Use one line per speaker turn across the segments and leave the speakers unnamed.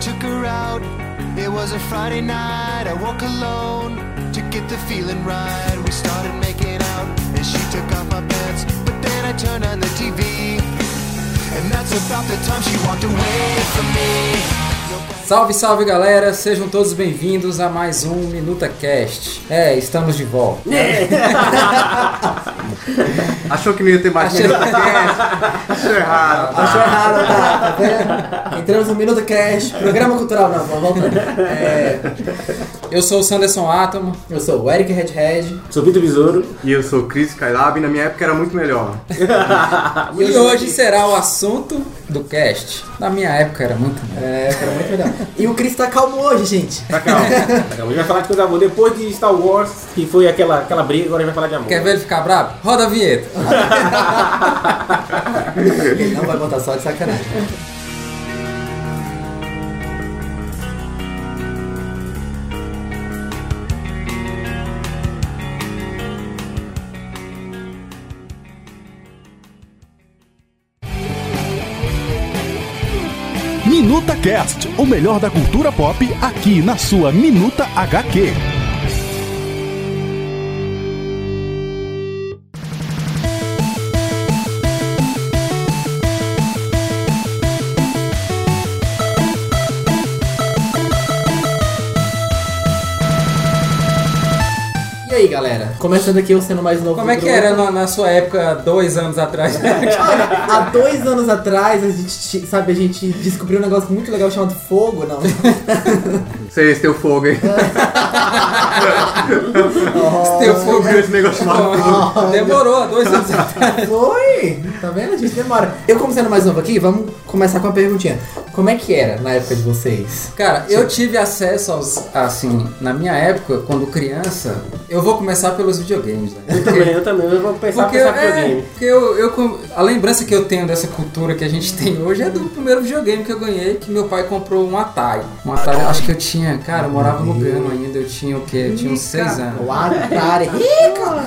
took her out. It was a Friday night. I walk alone to get the feeling right. We started making out, and she took off my pants. But then I turned on the TV, and that's about the time she walked away from me.
Salve, salve galera, sejam todos bem-vindos a mais um Minuta Cast. É, estamos de volta.
É.
Achou que não ia ter mais
Achei-
minuto? Achou errado.
Achou errado, tá? tá vendo? Entramos no Minuto Cast, programa cultural, não, vamos voltar. É,
Eu sou o Sanderson Átomo.
eu sou o Eric Redhead.
Sou Vitor Besouro.
E eu sou o Chris Skylab e na minha época era muito melhor.
E hoje será o assunto do cast. Na minha época era muito melhor.
É, cara, muito legal. E o Cris tá calmo hoje, gente.
Tá calma. Então, a gente vai falar de coisa boa. Depois de Star Wars, que foi aquela, aquela briga, agora a gente vai falar de amor.
Quer ver ele ficar bravo? Roda a vinheta.
Ele não vai botar só de sacanagem.
Minuta Cast, o melhor da cultura pop aqui na sua Minuta HQ.
E aí, galera? Começando aqui, eu sendo mais novo.
Como
do
é que
grupo.
era na, na sua época, dois anos atrás?
Olha, há dois anos atrás, a gente, sabe, a gente descobriu um negócio muito legal chamado fogo, não.
Vocês têm o fogo, hein?
Teu fogo.
Esse negócio maluco.
um Demorou, dois anos atrás.
Foi! Tá vendo? A gente demora. Eu, como sendo mais novo aqui, vamos começar com uma perguntinha. Como é que era na época de vocês?
Cara, eu tive acesso aos. Assim, na minha época, quando criança, eu vou começar pelos videogames, né?
Eu também, eu também. Eu vou pensar,
Porque,
pensar
é,
videogame.
porque eu, eu com- a lembrança que eu tenho dessa cultura que a gente tem hoje é do primeiro videogame que eu ganhei, que meu pai comprou um Atari. Um Atari, acho que eu tinha, cara, eu morava no Gama ainda, eu tinha o quê? Eu tinha uns 6 anos.
O Atari. Ih, cara!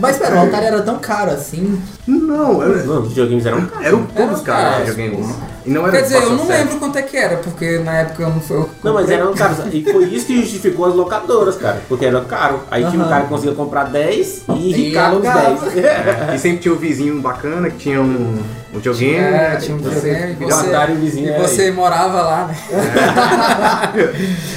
Mas pera, o Atari era tão caro assim.
Não, era,
Não, os videogames eram caros.
era o
Era
poucos
os
caras
caras,
videogames. E não era
Quer dizer, eu
fácil
não
acesso.
lembro quanto é que era, porque na época eu não foi. Eu
Não, mas
comprei.
eram caros. E foi isso que justificou as locadoras, cara. Porque era caro. Aí tinha um
Aham.
cara que conseguia comprar 10 e ricar uns
alugava.
10. É.
E sempre tinha o vizinho bacana que tinha um, um videogame.
É,
né?
tinha um
Você-
videogame,
O Atari, o vizinho é
E
era
você
ele.
morava lá, né?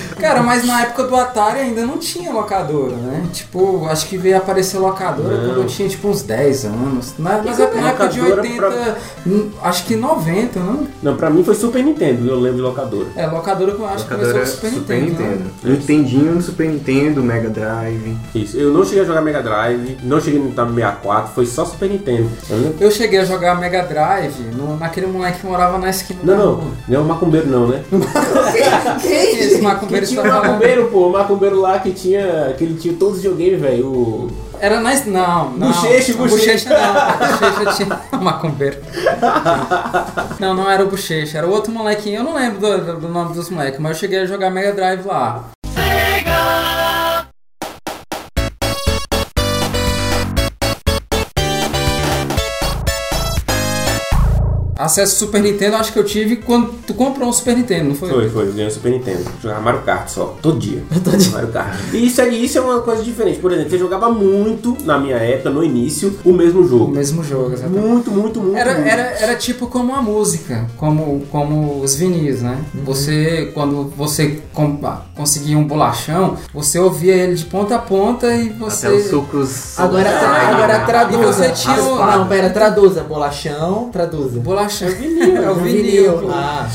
Cara, mas na época do Atari ainda não tinha locadora, né? Tipo, acho que veio aparecer locadora quando eu tinha tipo uns 10 anos. Na, mas é na época de
Locadora
80,
pra-
hum, acho que 90, não?
Não, pra mim foi Super Nintendo, eu lembro de locadora.
É, locadora que eu acho que
Locadora
começou com o
Super,
Super, Nintendo. né?
Nintendo. Um Nintendinho, Super Nintendo, um Mega Drive.
Isso. Eu não cheguei a jogar Mega Drive, não cheguei no Nintendo 64, foi só Super Nintendo. Eu lembro-
Eu cheguei a jogar Mega Drive no- naquele moleque que morava na esquina.
Não,
da
não,
rua.
não é o macumbeiro não, né?
Esse macumbeiro
tinha
está
o
falando.
macumbeiro, pô, o macumbeiro lá que tinha. que ele tinha todos os videogames, velho. O...
Era na. es- Não, não.
Bochecha, bochecha.
Bochecha não. Bochecha tinha. Macumbeiro. Não, não era o bochecha, era o outro molequinho. Eu não lembro do, do- do nome dos moleques, mas eu cheguei a jogar Mega Drive lá. Acesso Super Nintendo, acho que eu tive quando tu comprou um Super Nintendo, não foi?
Foi, foi, eu ganhei o Super Nintendo. Jogava Mario Kart só, todo dia. Mario Kart. E isso, é- isso é uma coisa diferente. Por exemplo, você jogava muito, na minha época, no início, o mesmo
O
jogo.
mesmo jogo, exatamente.
Muito, muito, muito.
Era,
muito.
era, era tipo como a música, como, como os vinis, né? Você, quando você com- ah, conseguia um bolachão, você ouvia ele de ponta a ponta e você. tá,
Até os sucos.
Agora, agora traduza.
E você tinha um- o-
Não, pera, traduza. Bolachão, traduza.
Bolachão. É o vinil, é o vinil.
Vinil. Ah,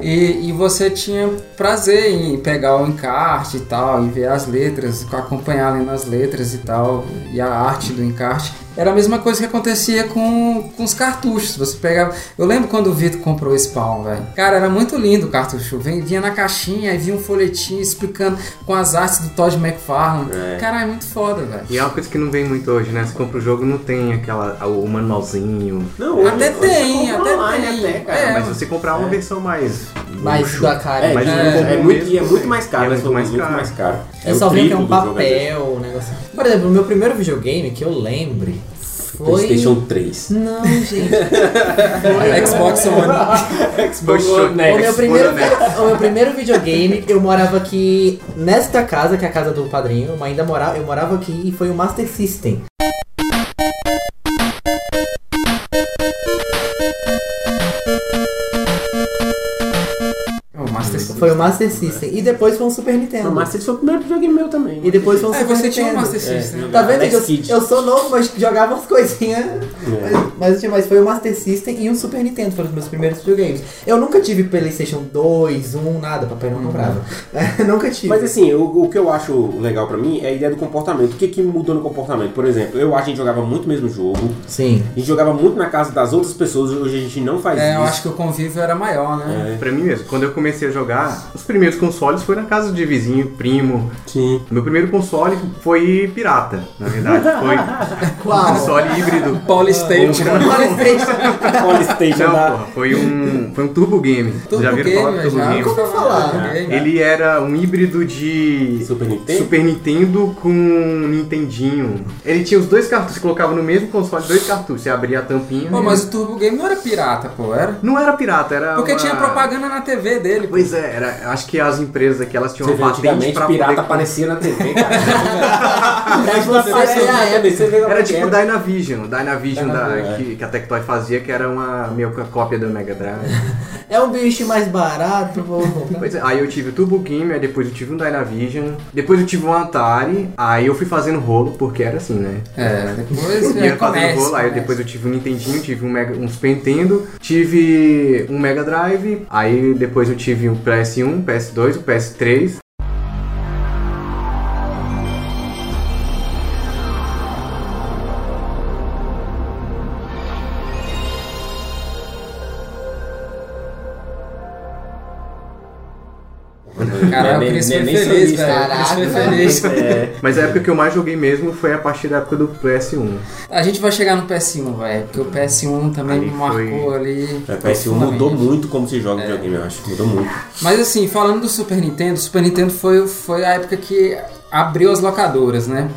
E, e você tinha prazer em pegar o encarte e tal, em ver as letras, acompanhar ali nas letras e tal, e a arte do encarte. Era a mesma coisa que acontecia com, com os cartuchos. Você pegava. Eu lembro quando o Vitor comprou o Spawn, velho. Cara, era muito lindo o cartucho. Vem- Vinha na caixinha e vinha um folhetinho explicando com as artes do Todd McFarlane. Cara, é muito foda, velho.
E é uma coisa que não vem muito hoje, né? Você compra o jogo não tem aquela, o manualzinho.
Não, hoje-
Até
hoje você
tem,
compra
até
online
tem.
até, cara.
É,
mas você comprar uma versão mais.
mais
luxo,
da cara.
É,
Mas
é,
o
é
jogo
muito,
mesmo,
e é muito mais caro,
é
né?
muito
Foi
mais
muito
caro.
mais caro.
Eu só vi que é
triplo
um
do jogo, é
papel, um negócio assim. Por exemplo, o meu primeiro videogame que eu lembre Foi.
PlayStation 3.
Não, gente. Foi.
É, Xbox One.
Xbox
O meu, primeiro,
né?
o meu primeiro videogame, eu morava aqui nesta casa, que é a casa do padrinho, eu ainda morava, eu morava aqui e foi o Master System.
É o Master System.
Foi o Master System. E depois foi um Super Nintendo.
O Master foi o primeiro videogame meu também.
E depois foi um
É,
Super
você tinha o
Nintendo.
Master
É,
System. né?
Tá vendo?
Alex
Eu,
Kidd.
eu sou novo, mas jogava umas coisinhas.
É.
Mas, mas, assim, mas foi o Master System e um Super Nintendo, foram os meus primeiros videogames. Eu nunca tive Playstation 2, 1, nada, papai não comprava. É, nunca tive.
Mas assim, o, o que eu acho legal pra mim é a ideia do comportamento. O que, que mudou no comportamento? Por exemplo, eu acho que a gente jogava muito o mesmo jogo,
Sim.
a gente jogava muito na casa das outras pessoas, hoje a gente não faz
É, eu
isso.
acho que o convívio era maior, né?
Pra mim mesmo, quando eu comecei a jogar, os primeiros consoles foram na casa de vizinho, primo.
Sim.
O meu primeiro console foi pirata, na verdade. Foi um
Qual?
console híbrido.
Polystation.
Playstation.
Polystation
Não,
da...
porra, foi um, foi um Turbo Game.
é Turbo
já viram falar
Game,
do Turbo
já. né?
Game?
Como eu
É.
falar?
Ele era um híbrido de
Super Nintendo?
Super Nintendo com Nintendinho. Ele tinha os dois cartuchos, você colocava no mesmo console dois cartuchos, você abria a tampinha.
Pô,
né?
mas o Turbo Game não era pirata, pô, era?
Não é. era pirata, era.
Porque
uma-
tinha propaganda na TV dele. pô.
Pois é, era, acho que as empresas aqui elas tinham
Você vê,
uma patente
antigamente
pra
pirata
poder. tipo
aparecia na TV, cara.
Ah,
Mas
você é, vê a época.
você vê como
Era
que é.
tipo Dynavision, Dynavision
Dynavision,
da,
é.
que, que a Tectoy fazia, que era uma meio que a cópia do Mega Drive.
É um bicho mais barato pro povo comprar.
Pois é, aí eu tive o Turbo Game, aí depois eu tive um Dynavision, depois eu tive um Atari, aí eu fui fazendo rolo, porque era assim, né?
É, depois
ia
é,
fazendo
comércio,
rolo, aí
comércio.
depois eu tive um Nintendinho, tive um, Mega, um Super Nintendo, tive um Mega Drive, aí depois eu tive um PS1, PS2, o PS3.
Cara, o
Nem-
Cris
nem-
foi
nem
feliz,
solista.
velho. O Cris foi
Caraca.
feliz.
É.
Mas a época que eu mais joguei mesmo foi a partir da época do PS1.
A gente vai chegar no PS1, velho. Porque o PS1 também
Ali
me marcou
foi-
ali.
A PS1 é, mudou muito como se
É.
joga videogame, eu acho. Mudou muito.
Mas assim, falando do Super Nintendo, o Super Nintendo foi, foi a época que abriu as locadoras, né?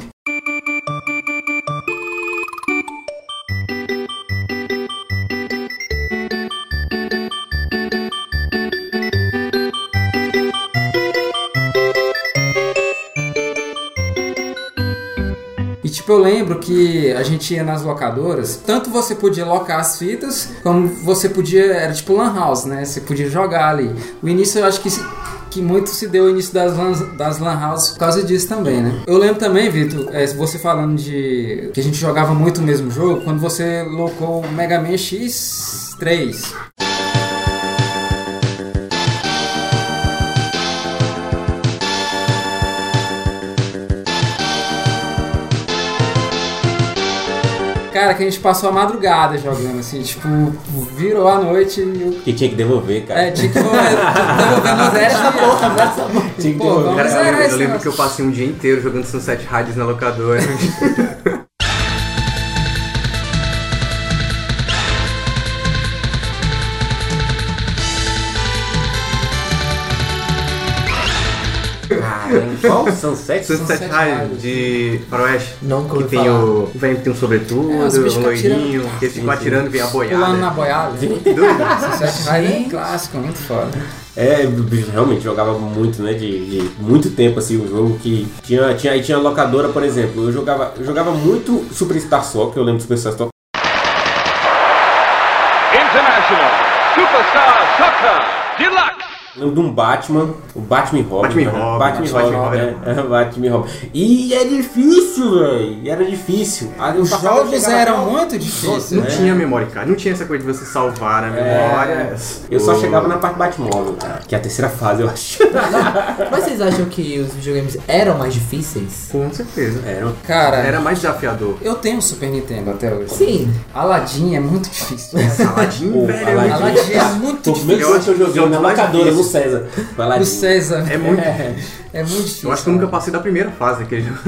E tipo, eu lembro que a gente ia nas locadoras, tanto você podia locar as fitas, como você podia. Era tipo Lan House, né? Você podia jogar ali. O início eu acho que. se- Que muito se deu o início das lan, das lan house por causa disso também, né? Eu lembro também, Vitor, é, você falando de que a gente jogava muito o mesmo jogo, quando você locou o Mega Man X3. Cara, que a gente passou a madrugada jogando, assim, tipo, virou a noite e o
Que tinha que devolver, cara.
É, tinha que devolver devolver no zero essa porra, essa
Tinha que
Pô,
devolver.
vamos
tipo, Cara, eu
zerar
lembro- eu,
esse
lembro que
negócio.
eu passei um dia inteiro jogando Sunset Riders na locadora.
Caramba, Ah, qual? Sunset?
Sunset Riders de Faroeste.
Não
Que
ouvi
tem
falar.
o. O velho que tem um sobretudo,
É, os bichos
um
ficam atirando.
loirinho, que eles ficam
Sim, sim.
atirando e vem a
Pulando na
boiada.
boiada.
Doido.
Sunset Rider é clássico, muito foda.
É, bicho, realmente jogava muito, né? De, de muito tempo assim o jogo que tinha, tinha, aí tinha locadora, por exemplo. Eu jogava, eu jogava muito Super Star Soccer, eu lembro do Super Star Soccer.
International Superstar Soccer Deluxe.
Eu Lembro de um Batman, o Batman e Robin.
Batman e
né?
Robin,
Batman e
Batman e
Robin,
Robin.
né? É, Batman e Robin. E é difícil, velho. Era difícil. Ah, Aí eu
Os
passava,
jogos
chegava
eram
até o-
muito difíceis.
É. né?
Não tinha memória, cara. Não tinha essa coisa de você salvar a memória.
Eu só
Pô.
chegava na parte Batmóvel, cara, que é a terceira fase, eu acho.
Mas vocês acham que os videogames eram mais difíceis?
Com certeza.
Era um-
Cara,
Era mais desafiador.
eu tenho um Super Nintendo até hoje.
Sim.
Aladdin é muito difícil.
Saladinho,
Pô,
velho.
Aladdin.
é muito-
Aladdin é muito
Pô, primeiro
difícil.
jogo que eu joguei
Jogo
na
mais
locadora, no
difícil.
César. Vai lá,
O
Dinho.
César
É muito.
é muito difícil.
Eu acho que eu nunca
cara.
passei da primeira fase aquele jogo.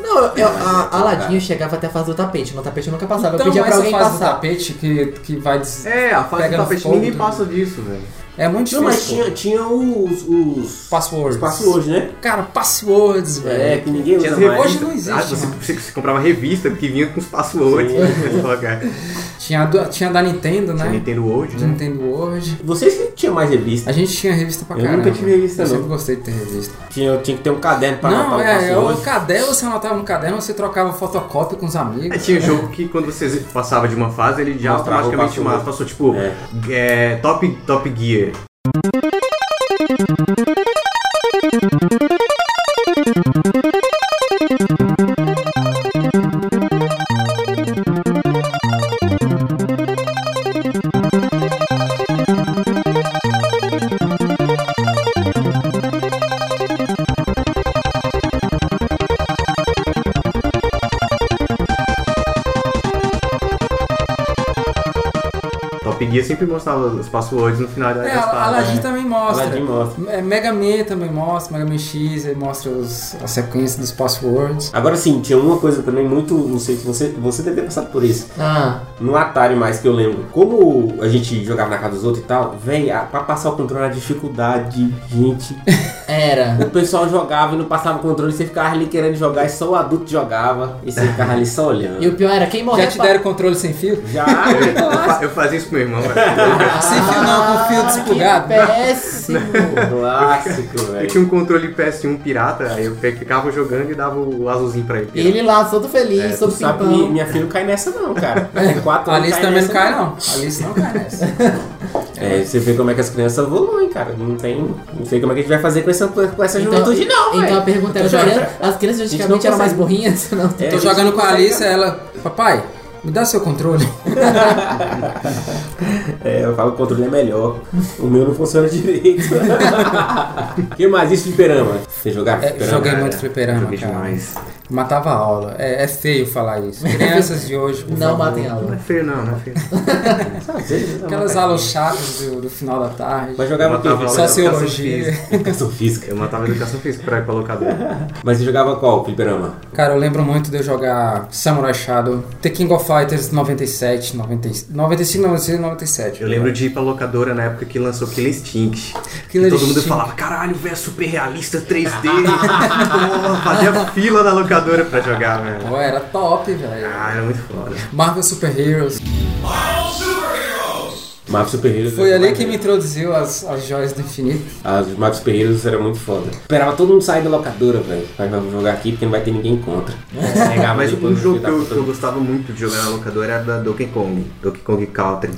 Não, eu, eu, a a Aladdin eu chegava até a fase do tapete. No tapete eu nunca passava. eu
Então,
pedia
mas
pra
essa
alguém
fase do
passar.
tapete que, que vai des...
É, a fase
Pega
do tapete,
fogo,
ninguém
né?
passa disso, velho.
É muito
Não,
difícil.
mas
pô.
tinha, tinha os, os,
Passwords.
os passwords, né?
Cara, passwords,
É,
velho.
que ninguém
Tinha
usa
as
mais.
hoje não existe, né?
Ah, você,
mano.
você- você comprava revista que vinha com os passwords. né?
Sim.
pra colocar.
Tinha, a do- tinha a da Nintendo, né?
Tinha é, Nintendo World,
De
né?
Nintendo World.
Vocês que tinham mais revista.
A gente tinha revista pra
Eu
caramba.
nunca tive revista,
Eu
não.
sempre gostei de ter revista.
Tinha, tinha que ter um caderno pra
não,
anotar o
é, o
password.
caderno, você anotava no caderno, você trocava fotocópia com os
Aí
amigos.
É, tinha um jogo que quando você passava de uma fase, ele já
Mostrava o
automaticamente
password.
ma- passou, tipo,
É.
é, top, top Gear. Top Gear sempre mostrava os passwords no final da
É,
das
a
fases.
Aladdin também mostra.
né? Aladdin mostra.
É, Mega Man também mostra, Mega Man X, aí mostra os, a sequência dos passwords.
Agora sim, tinha uma coisa também muito. Não sei se você, você deve ter passado por isso.
Ah,
No Atari mais que eu lembro. Como a gente jogava na casa dos outros e tal, véi, a- pra passar o controle era dificuldade, gente.
era.
O pessoal jogava e não passava o controle, você ficava ali querendo jogar e só o adulto jogava. E você ficava ali só olhando.
E o pior era quem morreu.
Já te deram controle sem fio?
Já.
Eu, fa- eu fazia isso com meu irmão, velho.
Ah,
Sem fio não, com fio despugado.
é Péssimo.
É.
Clássico,
Eu
velho.
tinha um controle PS1 pirata, aí eu pe- ficava jogando e dava o azulzinho pra ele.
E ele lá, todo feliz,
É, Tu
todo
sabe,
pimpão.
minha, minha filha não cai nessa, não, cara. Tem quatro
É. A
anos.
Alice também não cai, não. A Alice não cai né? nessa.
É, você vê como é que as crianças evoluem, cara. Não tem. Não sei como é que a gente vai fazer com essa, com essa juventude, não, velho.
então a pergunta era,
Eu tô
as
jogando.
crianças- as crianças
gente não
antigamente eram mais
consegue.
burrinhas? Não.
É,
Tô
a gente
jogando com a
consegue-
Alice, ela. Papai, me dá seu controle.
É, eu falo que o controle é melhor. O meu não funciona direito. que mais? Isso fliperama. Você jogava
É,
fliperama?
joguei
cara?
muito fliperama,
Joguei
cara.
demais.
Matava a aula. É, é feio falar isso. Crianças de hoje. por
Não
favor.
matem
Não é
aula.
feio não, não é feio.
Aquelas aulas chatas do, do final da tarde.
Mas jogava o quê?
Eu matava aula de
Sociologia.
educação física.
Educação física.
Eu matava educação física pra colocar dentro.
Mas você jogava qual, fliperama?
Cara, eu lembro muito de eu jogar Samurai Shadow, The King of Fighters 97, 90, 95, 96, 97.
Eu lembro de ir pra locadora na época que lançou Killer Instinct.
Killer
e todo mundo
Instinct.
falava, caralho, velho, super realista 3D. Porra, fazia fila na locadora pra jogar, velho.
Pô, era top, velho.
Ah, era muito foda.
Marvel Super Heroes.
Marvel Super Heroes.
Foi
era
ali
mais-
que me introduziu as, as joias do infinito.
Ah, os Marvel Super Heroes era muito foda. Esperava todo mundo sair da locadora, velho. Mas vamos jogar aqui porque não vai ter ninguém contra. Pegava
Mas
depois
um jogo que eu,
jogava
que eu gostava muito de jogar na locadora era da Donkey Kong, Donkey Kong Country.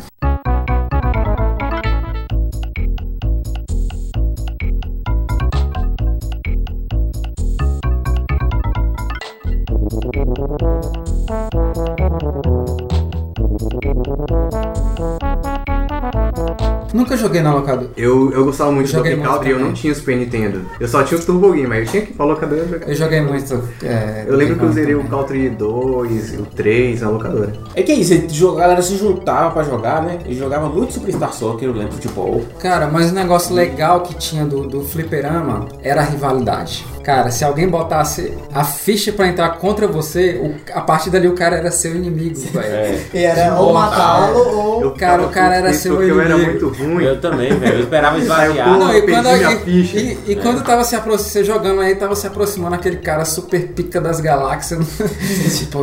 Nunca joguei na locadora.
Eu, eu gostava muito de
joguei
Donkey
muito
Country e eu não
também.
tinha o Super Nintendo. Eu só tinha o Turbo Game, mas eu tinha que ir pra locadora jogar.
Eu joguei muito. é,
Eu lembro que eu zerei o
também.
Country 2 e o 3 na locadora.
É que é isso, ele joga- a galera se juntava pra jogar, né? E jogava muito Superstar Soccer, eu lembro, tipo, futebol.
Cara, mas o negócio legal que tinha do, do fliperama era a rivalidade. Cara, se alguém botasse a ficha pra entrar contra você, o- a partir dali o cara era seu inimigo, velho.
Era
ou
ou
matá-lo,
matá-lo ou...
Eu
Cara,
ficava
o cara era
puto
seu
porque eu era
inimigo.
muito ruim.
Eu também, velho. Eu esperava esvaziar.
Saiu com-
Ah, Não,
Pô,
e
perdi
quando,
minha
e-
ficha.
e- e quando tava se apro- você jogando aí, tava se aproximando aquele cara super pica das galáxias. tipo,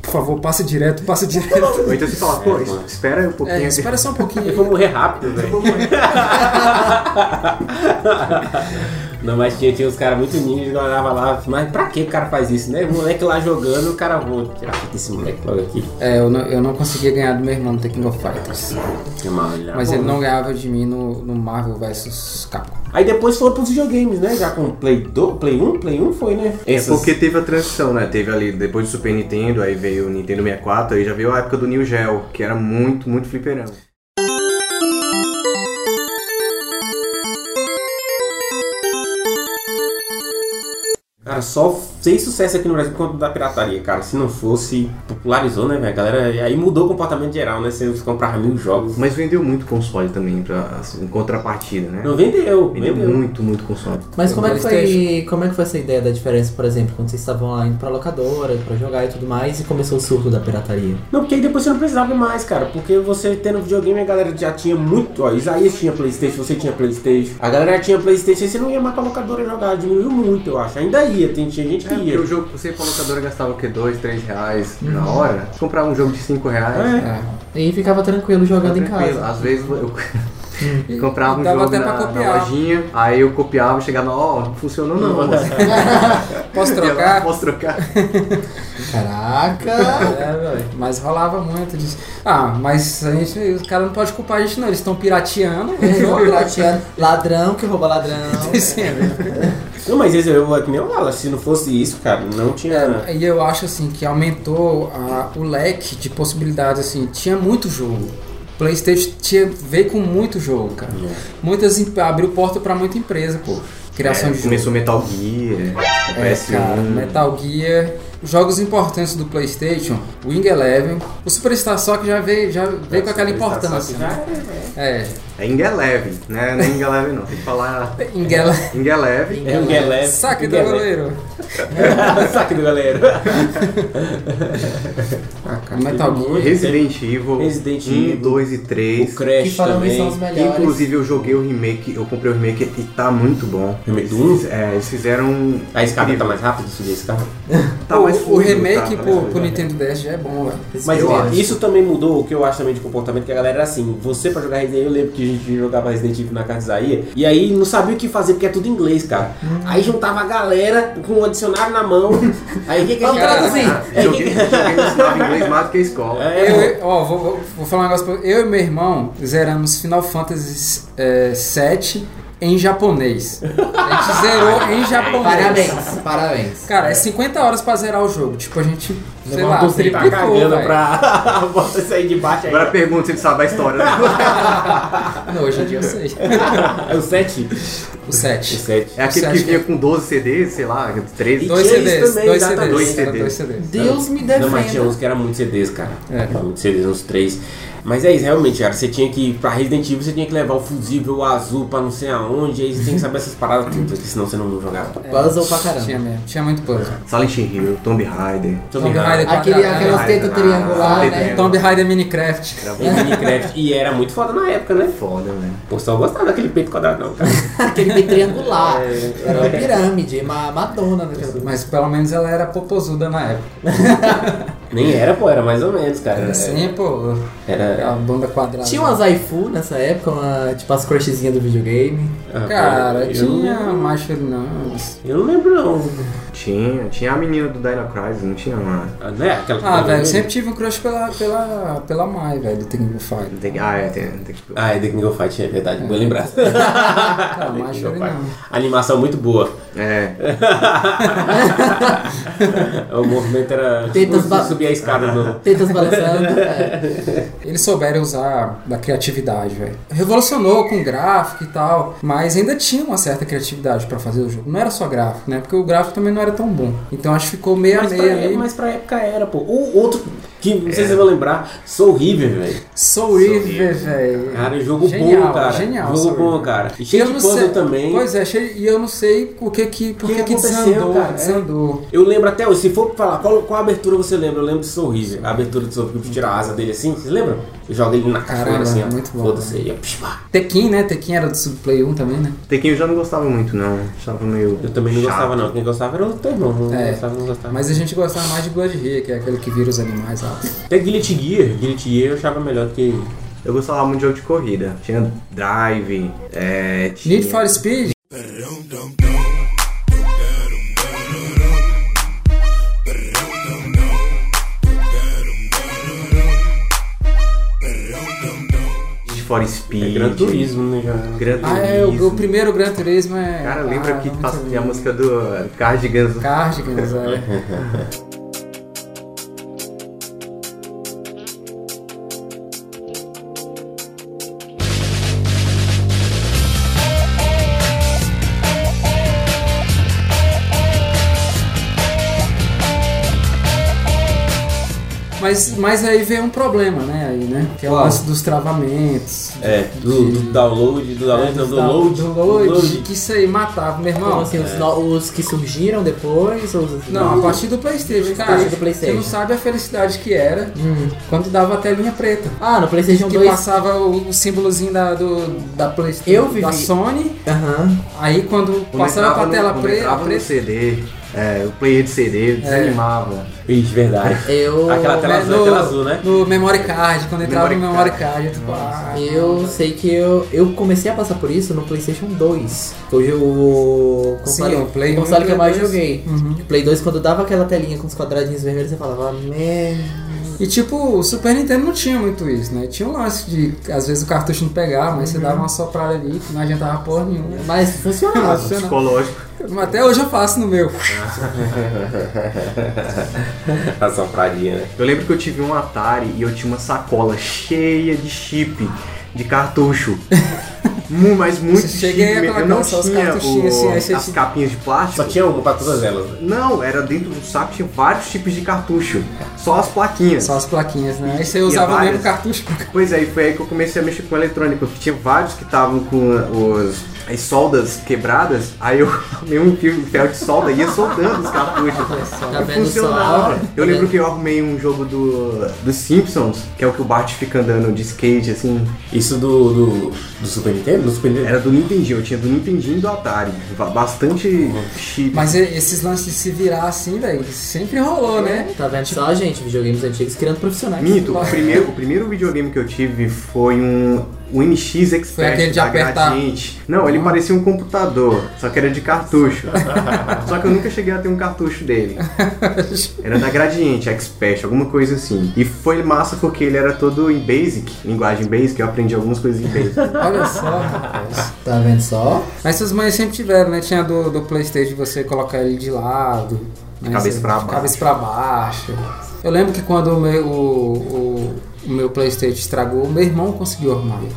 por favor, passa direto, passa direto.
Ou então você
É,
fala, pô, es- espera um pouquinho.
É, espera só um
Eu
pouquinho.
vou morrer rápido, velho. Não, mas tinha, tinha uns caras muito ninjas que olhava lá. Mas pra que o cara faz isso, né? O moleque lá jogando, o cara vou tirar fita desse moleque logo aqui.
É, eu não, eu não conseguia ganhar do meu irmão no The King of Fighters.
Que mal,
Ah,
ele era
Mas
bom,
ele
né?
não ganhava de mim no, no Marvel vs Capcom.
Aí depois foram pros videogames, né? Já com Play 2, Play 1, Play 1 foi, né?
É porque teve a transição, né? Teve ali, depois do Super Nintendo, aí veio o Nintendo 64, aí já veio a época do New Geo, que era muito, muito fliperão.
Cara, só fez sucesso aqui no Brasil por conta da pirataria, cara. Se não fosse, popularizou, né, velho? A galera aí mudou o comportamento geral, né? Você comprava mil jogos.
Mas vendeu muito console também, pra, assim, em contrapartida, né?
Não vendeu,
Vendeu
vendeu.
muito, muito console.
Mas como é, que foi,
PlayStation.
como é que foi essa ideia da diferença, por exemplo, quando vocês estavam lá indo pra locadora, pra jogar e tudo mais, e começou o surto da pirataria?
Não, porque aí depois você não precisava mais, cara. Porque você tendo videogame, a galera já tinha muito. Ó, Isaías tinha Playstation, você tinha Playstation. A galera tinha Playstation, aí você não ia mais pra locadora jogar. Diminuiu muito, eu acho. Ainda ia, tem, tinha gente que
É, porque
ia.
o jogo, você pra locadora gastava o quê? 2, 3 reais na hora? Você comprava um jogo de 5 reais. né?
É.
É.
E ficava tranquilo jogando em
tranquilo.
Ah.
casa.
Às vezes eu comprava um
Dava
jogo
até pra
na, na
copiar.
lojinha, aí eu copiava, chegava, ó, não funcionou não, moça.
Posso
Eu não
trocar?
Posso trocar?
Caraca!
É,
né,
velho. Mas rolava muito disso. Ah, mas a gente, os caras não podem culpar a gente, não. Eles estão pirateando. o jogo.
Pirateando. ladrão que rouba ladrão.
Sim, é verdade.
Não, mas esse eu é que nem eu falo, se não fosse isso, cara, não tinha.
E eu acho assim que aumentou a- o leque de possibilidades assim, tinha muito jogo. PlayStation tinha, veio com muito jogo, cara. Muitas em- abriu porta pra muita empresa, pô. Criação
É,
de jogo.
começou Metal Gear, um, o
É,
PS1.
cara, Metal Gear, jogos importantes do PlayStation, Wing Eleven, o Superstar Soccer já veio, já veio com aquela importância. né? É,
É Inga Eleven, né? Não é Inga Eleven não, tem que falar
Wing Eleven.
Inga Eleven.
É o Guelé.
Saque do goleiro.
Saque do galera.
Ah, cara, Metal Gear.
Resident Evil,
Resident
1,
Evil.
2 e 3.
O Crash
Que falam que são os
também.
melhores.
Inclusive eu joguei o remake, eu comprei o remake e tá muito bom.
Remake do um?
Eles- É, eles fizeram. um-
A escada tá mais rápida de subir a escada.
tá
o,
mais
o
fluido,
remake
tá, tá mais
pro,
fluido.
pro Nintendo DS já é bom, velho.
Mas
Eu
é,
acho.
isso também mudou o que eu acho também de comportamento, que a galera era assim, você pra jogar Resident Evil, eu lembro que a gente jogava Resident Evil na casa de Isaías, e aí não sabia o que fazer, porque é tudo em inglês, cara. Aí juntava a galera com o dicionário na mão, aí o que que
Vamos
cara-
traduzir.
É, o que
Ah, Joguei,
que-
joguei no sinal de inglês mais do que a escola.
É,
Eu, eu- ó, vou, vou- vou falar um negócio pra Eu e meu irmão zeramos Final Fantasy eh, VII em japonês. A gente zerou em japonês.
Parabéns, parabéns.
Cara, é 50 horas pra zerar o jogo. Tipo, a gente, sei lá,
Levantou
Ele tá
triplicou,
cagando
velho.
pra bota sair de baixo aí.
Agora pergunta se ele sabe a história. né?
Não, hoje em dia eu sei.
É o 7.
O
O
7.
7.
É aquele
Você
que
acha
vinha com 12 CDs, sei lá, 13.
Dois
tinha isso
CDs,
também,
dois CDs.
exatamente.
Dois
era
CDs.
Dois CDs.
Deus me
Não, mas tinha
defenda.
uns que era muito CDs, cara.
É.
Era muito CDs, uns três. Mas é isso, realmente, cara. Você tinha que. Pra Resident Evil, você tinha que levar o fusível azul pra não sei aonde. Aí você tem que saber essas paradas tudo, porque senão você não jogava.
Puzzle pra
Tinha
caramba.
mesmo, tinha muito puzzle.
Silent Hill, Tomb Raider.
Tomb Raider
Aquele,
quadrado,
aquelas
né?
teta
tetas triangular, né?
Tetris.
Tomb Raider Minecraft.
Era
E Minecraft. E era muito foda na época, né?
foda, né?
O pessoal gostava daquele peito quadrado, não, cara.
Aquele bem triangular.
É.
Era uma pirâmide, uma Madonna naquela.
Mas pelo menos ela era popozuda na época.
Nem era, pô, era mais ou menos, cara. Era.
Assim, pô,
É. era
a banda quadrada.
Tinha umas aifu nessa época, uma, tipo as crushzinhas do videogame.
ah,
Cara,
eu não
tinha
lembro-
macho não.
Eu não lembro, não.
Tinha, tinha a menina do Dino Crisis, não tinha uma.
Ah, Não é aquela que
Ah,
eu
velho, eu
lembro.
sempre tive um crush pela, pela, pela Mai, velho, do King of Fire.
Tem que- Ah, é, tem, tem que.
Ah, é The King of Fight, é verdade, vou lembrar.
Cara,
The
Mai
King
chorei
of
não.
Fight. Animação muito boa.
É,
o movimento era
Tetas
su-
ba-
subir a escada no.
Tetas balançando. é.
Eles souberam usar da criatividade, velho. Revolucionou com gráfico e tal, mas ainda tinha uma certa criatividade pra fazer o jogo. Não era só gráfico, né? Porque o gráfico também não era tão bom. Então acho que ficou meio a
Mas pra, é,
meio ali.
mas pra época era, pô. Ou outro que não sei se vocês vão lembrar, Soul River, velho.
Soul River, velho.
né? Cara, jogo bom,
Genial,
cara.
genial,
jogo
Soul
bom,
River.
cara. E
E
cheio de puzzle também.
Pois é, cheio, e eu não sei o que que, por
Que
que, que
aconteceu,
desandou,
cara? É.
desandou.
Eu lembro até hoje, se for falar qual, qual abertura você lembra, eu lembro de Soul River. A abertura de Soul River, que tira a asa dele assim, vocês lembram? Eu jogo ele na cachoeira
Caramba,
assim, ó.
muito bom, né?
Foda-se aí, ó. Psh, pá.
Tekken, né? Tekken era do Subplay 1 também, né?
Tekken eu já não gostava muito, não. Achava meio.
Eu também não
chato.
gostava, não. Quem gostava era o teu irmão. Não
É.
gostava, não gostava.
Mas a gente gostava mais de Blood Ria, que é aquele que vira os animais lá.
Até Guilty Gear, Guilty Gear eu achava melhor do que
Eu gostava muito de jogo de corrida. Tinha Drive, é. Tinha...
Need for Speed?
Need for Speed.
é Gran Turismo, né? Já.
Gran
Ah, é, o,
Turismo.
o primeiro Gran Turismo é.
Cara, lembra
ah,
que
não,
passa-
muito
tinha a
bem.
música do Cardigans.
Cardigans, é. Mas, mas aí veio um problema, né? Aí, né? Que é o
Qual?
lance dos travamentos.
É, do, do download, do download, não, do load.
Do load,
load.
que isso aí matava, meu irmão.
Como assim, os, no- os que surgiram depois? ou Os... assim?
Não, a partir do Playstation, cara.
partir do PlayStation. Hum.
Você não sabe a felicidade que era quando dava a telinha preta.
Ah, no Playstation
Que
2.
passava o, o símbolozinho da, do, da Playstation,
Eu vivi-
da Sony.
Aham.
Aí quando
Quando
passava
entrava
pra
no-
tela
quando
preta,
entrava no
preta
CD, é, o player de CD desanimava.
Ixi, verdade.
Eu.
Aquela tela
né,
azul,
no,
aquela azul, né?
no memory card, quando entrava no
Memory
memory
card.
card, eu tipo, ah,
Eu sei que eu, eu comecei a passar por isso no PlayStation 2. que Hoje o console,
Sim, o Play
o console
1 e
que eu
o Uhum.
mais
2.
joguei. O Play 2, quando dava aquela telinha com os quadradinhos vermelhos, você falava, merda.
E tipo, o Super Nintendo não tinha muito isso, né? Tinha um lance de, às vezes, o cartucho não pegava, mas você dava uma soprada ali, que não adiantava porra nenhuma.
Uhum. Mas funcionava.
Mas- Funcionava.
Psicológico.
Mas Até hoje eu faço no meu.
Ah.
A sopradinha, né?
Eu lembro que eu tive um Atari e eu tinha uma sacola cheia de chip, de cartucho. Mu- Mas muito
Você chega
chip.
e
mesmo.
coloca
Eu não
só os
tinha
cartuchinhos assim, aí você
o, as
te-
capinhas de plástico.
Só tinha uma pra todas elas. né?
Não, era dentro do saco, tinha vários tipos de cartucho. Só as plaquinhas.
Só as plaquinhas, né? Aí você
E
usava o
várias.
mesmo cartucho pra
Pois é, e foi aí que eu comecei a mexer com eletrônica, porque tinha vários que estavam com eh, os, as soldas quebradas, aí eu arrumei um fio, um ferro de solda e ia soldando os cartuchos.
Tá
E
vendo
funcionava.
só?
É Eu lembro que eu arrumei um jogo do, dos Simpsons, que é o que o Bart fica andando de skate, assim.
Isso do, do, do Super Nintendo? Do Super Nintendo?
Era do Nintendinho, eu tinha do Nintendinho e do Atari. Bastante chip.
Mas e- esses lances de se virar assim, velho, sempre rolou, né?
Tá vendo só, gente? Videogames antigos criando profissionais.
Mito, o primeiro, o primeiro videogame que eu tive foi um, um MX Expert
Foi aquele de
da
apertar. Uhum.
Gradiente. tá Não, ele parecia um computador, só que era de cartucho. só que eu nunca cheguei a ter um cartucho dele. Era da Gradiente, Expert, alguma coisa assim. E foi massa porque ele era todo em Basic, linguagem Basic, eu aprendi algumas coisas em Basic.
Olha só.
Tá vendo só?
Mas suas mães sempre tiveram, né? Tinha do, do Playstation você colocar ele de lado. né?
cabeça
Você-
pra baixo.
Cabeça pra baixo. Eu lembro que quando o meu, o, o- o meu Playstation estragou, meu irmão conseguiu arrumar ele.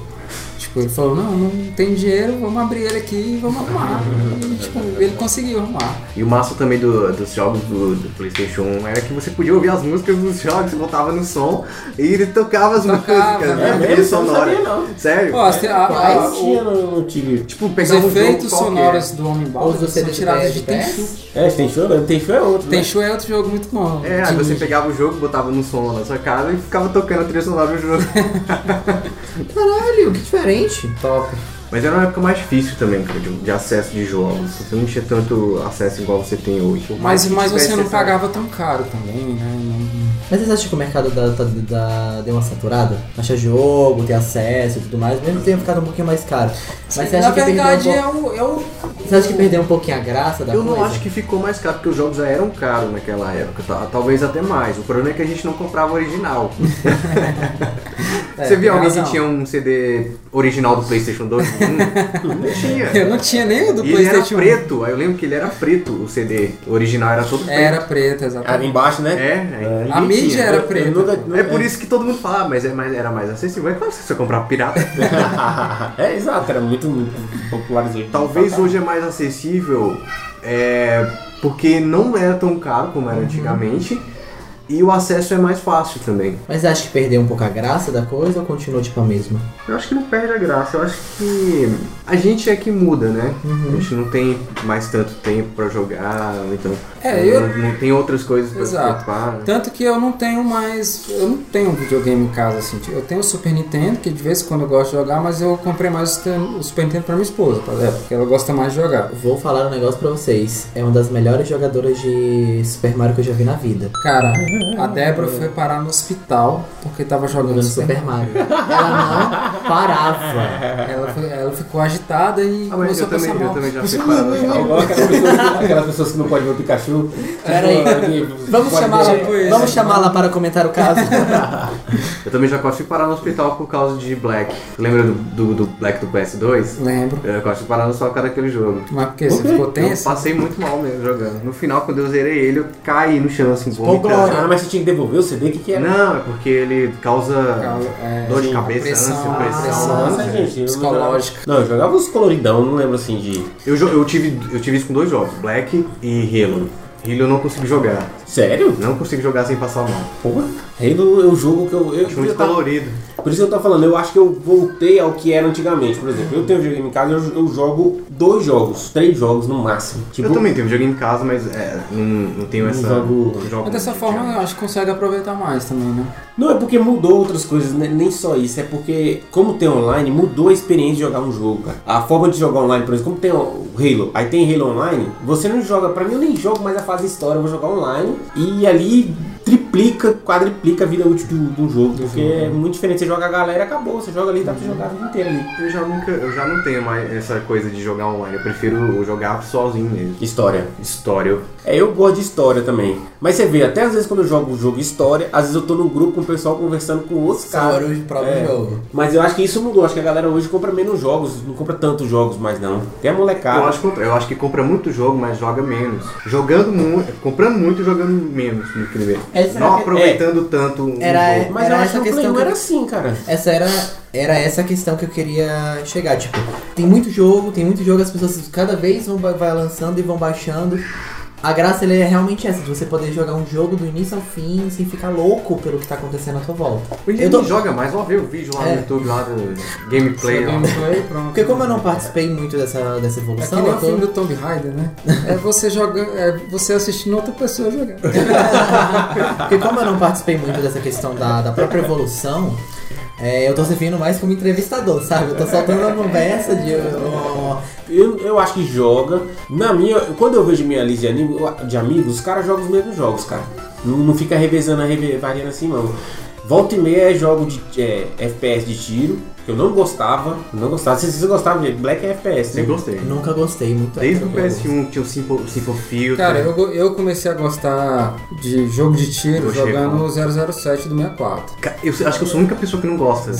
Tipo, ele falou, não, não tem dinheiro, vamos abrir ele aqui e vamos arrumar. E, tipo, ele conseguiu arrumar.
E o massa também do- dos jogos do, do Playstation 1 era que você podia ouvir as músicas dos jogos, você botava no som e ele tocava as
Tocava,
músicas,
é
né?
mesmo?
Trilha
Eu não
sonora.
sabia, não.
Sério? É,
Ó, as- a- a-
Quais
o-
Ah, tinha no, no Tigre?
Tipo,
os
pegar um
efeitos
jogo qualquer.
sonoros do Homem
Os do
Bala são
CD
tirados de
PS?
Tenchu.
É, tem show? Não, tem show é outro. né?
Tenchu é outro jogo muito bom.
É, aí
de
você
ninja.
pegava o jogo, botava no som lá na sua casa e ficava tocando a trilha sonora do jogo.
Caralho, que diferente.
Top.
Mas era uma época mais difícil também, cara, de, de acesso de jogos. Você não tinha tanto acesso igual você tem hoje. Por mais
Mas,
que
mas
tivesse
você não
essa-
pagava tão caro também, né? Não-
Mas vocês acham que o mercado da, da, da- deu uma saturada? Achar jogo, ter acesso e tudo mais, mesmo que tenha ficado um pouquinho mais caro. Mas você acha
Na
que
verdade,
perdeu um
é o, é o.
pouco- Você acha que perdeu um pouquinho a graça da
Tá
Eu
coisa?
não
né?
acho que ficou mais caro, porque os jogos já eram caros naquela época, tá? talvez até mais. O problema é que a gente não comprava original. você
É, tem
viu alguém
razão.
que tinha um CD original do PlayStation 2? Hum, não tinha.
Eu não tinha nem o do
E ele era
PlayStation 1.
preto, aí eu lembro que ele era preto, o CD original era todo preto.
Era preto,
Era
exatamente.
embaixo, né?
É, é.
A mídia era preta.
É por isso que todo mundo fala, "Ah, mas é mais- era mais acessível. É claro que você comprava pirata.
é, exato, era muito, popularizado.
Talvez hoje é mais acessível é, porque não era tão caro como era antigamente. E o acesso é mais fácil também.
Mas você acha que perdeu um pouco a graça da coisa ou continuou tipo a mesma?
Eu acho que não perde a graça. Eu acho que a gente é que muda, né? A gente não tem mais tanto tempo pra jogar. Então
É, eu-
não, não tem outras coisas pra se
Exato.
preocupar. né?
Tanto que eu não tenho mais. Eu não tenho videogame em casa assim. tipo, Eu tenho o Super Nintendo, que de vez em quando eu gosto de jogar, mas eu comprei mais o Super- o Super Nintendo pra minha esposa, tá ligado? Porque ela gosta mais de jogar.
Vou falar um negócio pra vocês. É uma das melhores jogadoras de Super Mario que eu já vi na vida.
Cara, a Débora foi parar no hospital porque tava jogando
Jogando
Super
Super Mario. Ela não parava.
Ela, foi- ela ficou agitada e
Ah, mas
começou
eu
a passar
também, eu
mal.
também já fui parado.
Igual aquelas pessoas, aquelas pessoas que não podem ver o Pikachu.
Pera aí.
Tipo,
Vamos chamá-la
deixar.
vamos chamá-la para comentar o caso.
Eu também já quase fui parar no hospital por causa de Black. Lembra do, do- do Black do PS2?
Lembro.
Eu quase fui parar no só cara daquele jogo.
Mas por quê? Você ficou
Eu
tensa?
passei muito mal mesmo jogando. No final, quando eu zerei ele, eu caí no chão assim, vomitando.
Ah, mas você tinha que devolver o CD? O que, que era?
Não, é porque ele causa
Causa, é,
dor de
sim,
cabeça,
pressão,
ânsia, pressão. né?
pressão.
Nossa, gente, eu não
Psicológica.
jogava- Não, eu jogava os coloridão, não lembro assim de.
Eu, jo- eu tive, eu tive isso com dois jogos, Black e Halo. Halo eu não consigo jogar.
Sério?
Não consigo jogar sem passar mal.
Porra. Halo é o jogo que eu. eu
Acho
Tipo,
muito
tá-
eu tava-
colorido.
Por isso que eu tô falando, eu acho que eu voltei ao que era antigamente. Por exemplo, eu tenho um videogame em casa, eu, eu jogo dois jogos, três jogos no máximo. Tipo,
eu também tenho um videogame em casa, mas é, não, não tenho
Não
essa.
jogo-
não jogo
Mas dessa
muito,
forma
cara.
eu acho que consegue aproveitar mais também, né?
Não é porque mudou outras coisas, né? nem só isso. É porque, como tem online, mudou a experiência de jogar um jogo, cara. A forma de jogar online, por exemplo, como tem o Halo, aí tem Halo Online, você não joga, pra mim eu nem jogo mais a fase história, eu vou jogar online e ali triplica, quadriplica a vida útil do, do jogo, porque é muito diferente. Você joga a galera, acabou, você joga ali, dá pra você jogar a vida inteira ali.
Eu já, nunca, eu já não tenho mais essa coisa de jogar online. Eu prefiro jogar sozinho mesmo.
História.
História. eu-
É, eu gosto de história também. Mas você vê, até às vezes quando eu jogo o jogo história, às vezes eu tô num grupo com o pessoal conversando com outros caras.
Fora o próprio
É.
jogo.
Mas eu acho que isso mudou. Acho que a galera hoje compra menos jogos, não compra tantos jogos mais não. Tem a molecada.
Eu acho, que- eu acho que compra muito jogo, mas joga menos. Jogando muito, comprando muito, jogando menos no primeiro.
Essa
não
era-
aproveitando tanto um
Era-
jogo.
Mas
Era
eu acho
essa
que o
questão
Play 1
que
era
eu-
assim, cara.
Essa era, era essa a questão que eu queria chegar. Tipo, tem muito jogo, tem muito jogo, as pessoas cada vez vão ba- vai lançando e vão baixando. A graça ele é realmente essa, de você poder jogar um jogo do início ao fim sem ficar louco pelo que tá acontecendo à tua volta.
Ninguém
Eu tô-
joga mais, ó, vê o vídeo lá
É.
no YouTube lá do gameplay. ó.
Gameplay, pronto.
Porque como eu não participei muito dessa, dessa
É que
evolução,
nem
eu
o filme
tô...
do Tomb Raider, né? É você jogando, é você assistindo outra pessoa jogar.
É.
Porque como eu não participei muito dessa questão da, da própria evolução, é, eu tô servindo mais como entrevistador, sabe? Eu tô soltando a conversa de. ó, ó, ó.
Eu, eu acho que joga. Na minha, quando eu vejo minha lista de, anime- de amigos, os caras jogam os mesmos jogos, cara. Não, não fica revezando, reve- variando assim, não. Volta e meia é jogo de é, FPS de tiro, que eu não gostava. Não gostava. Vocês, vocês gostavam de Black é FPS,
Sempre
né?
gostei.
Nunca gostei muito.
Desde o
dessa evolução.
PS1 tinha o Simple, Simple Filter.
Cara, eu, go- eu comecei a gostar de jogo de tiro
Gostei,
jogando
pô.
o 007 do 64.
Ca- eu acho que eu sou a única pessoa que não gosta.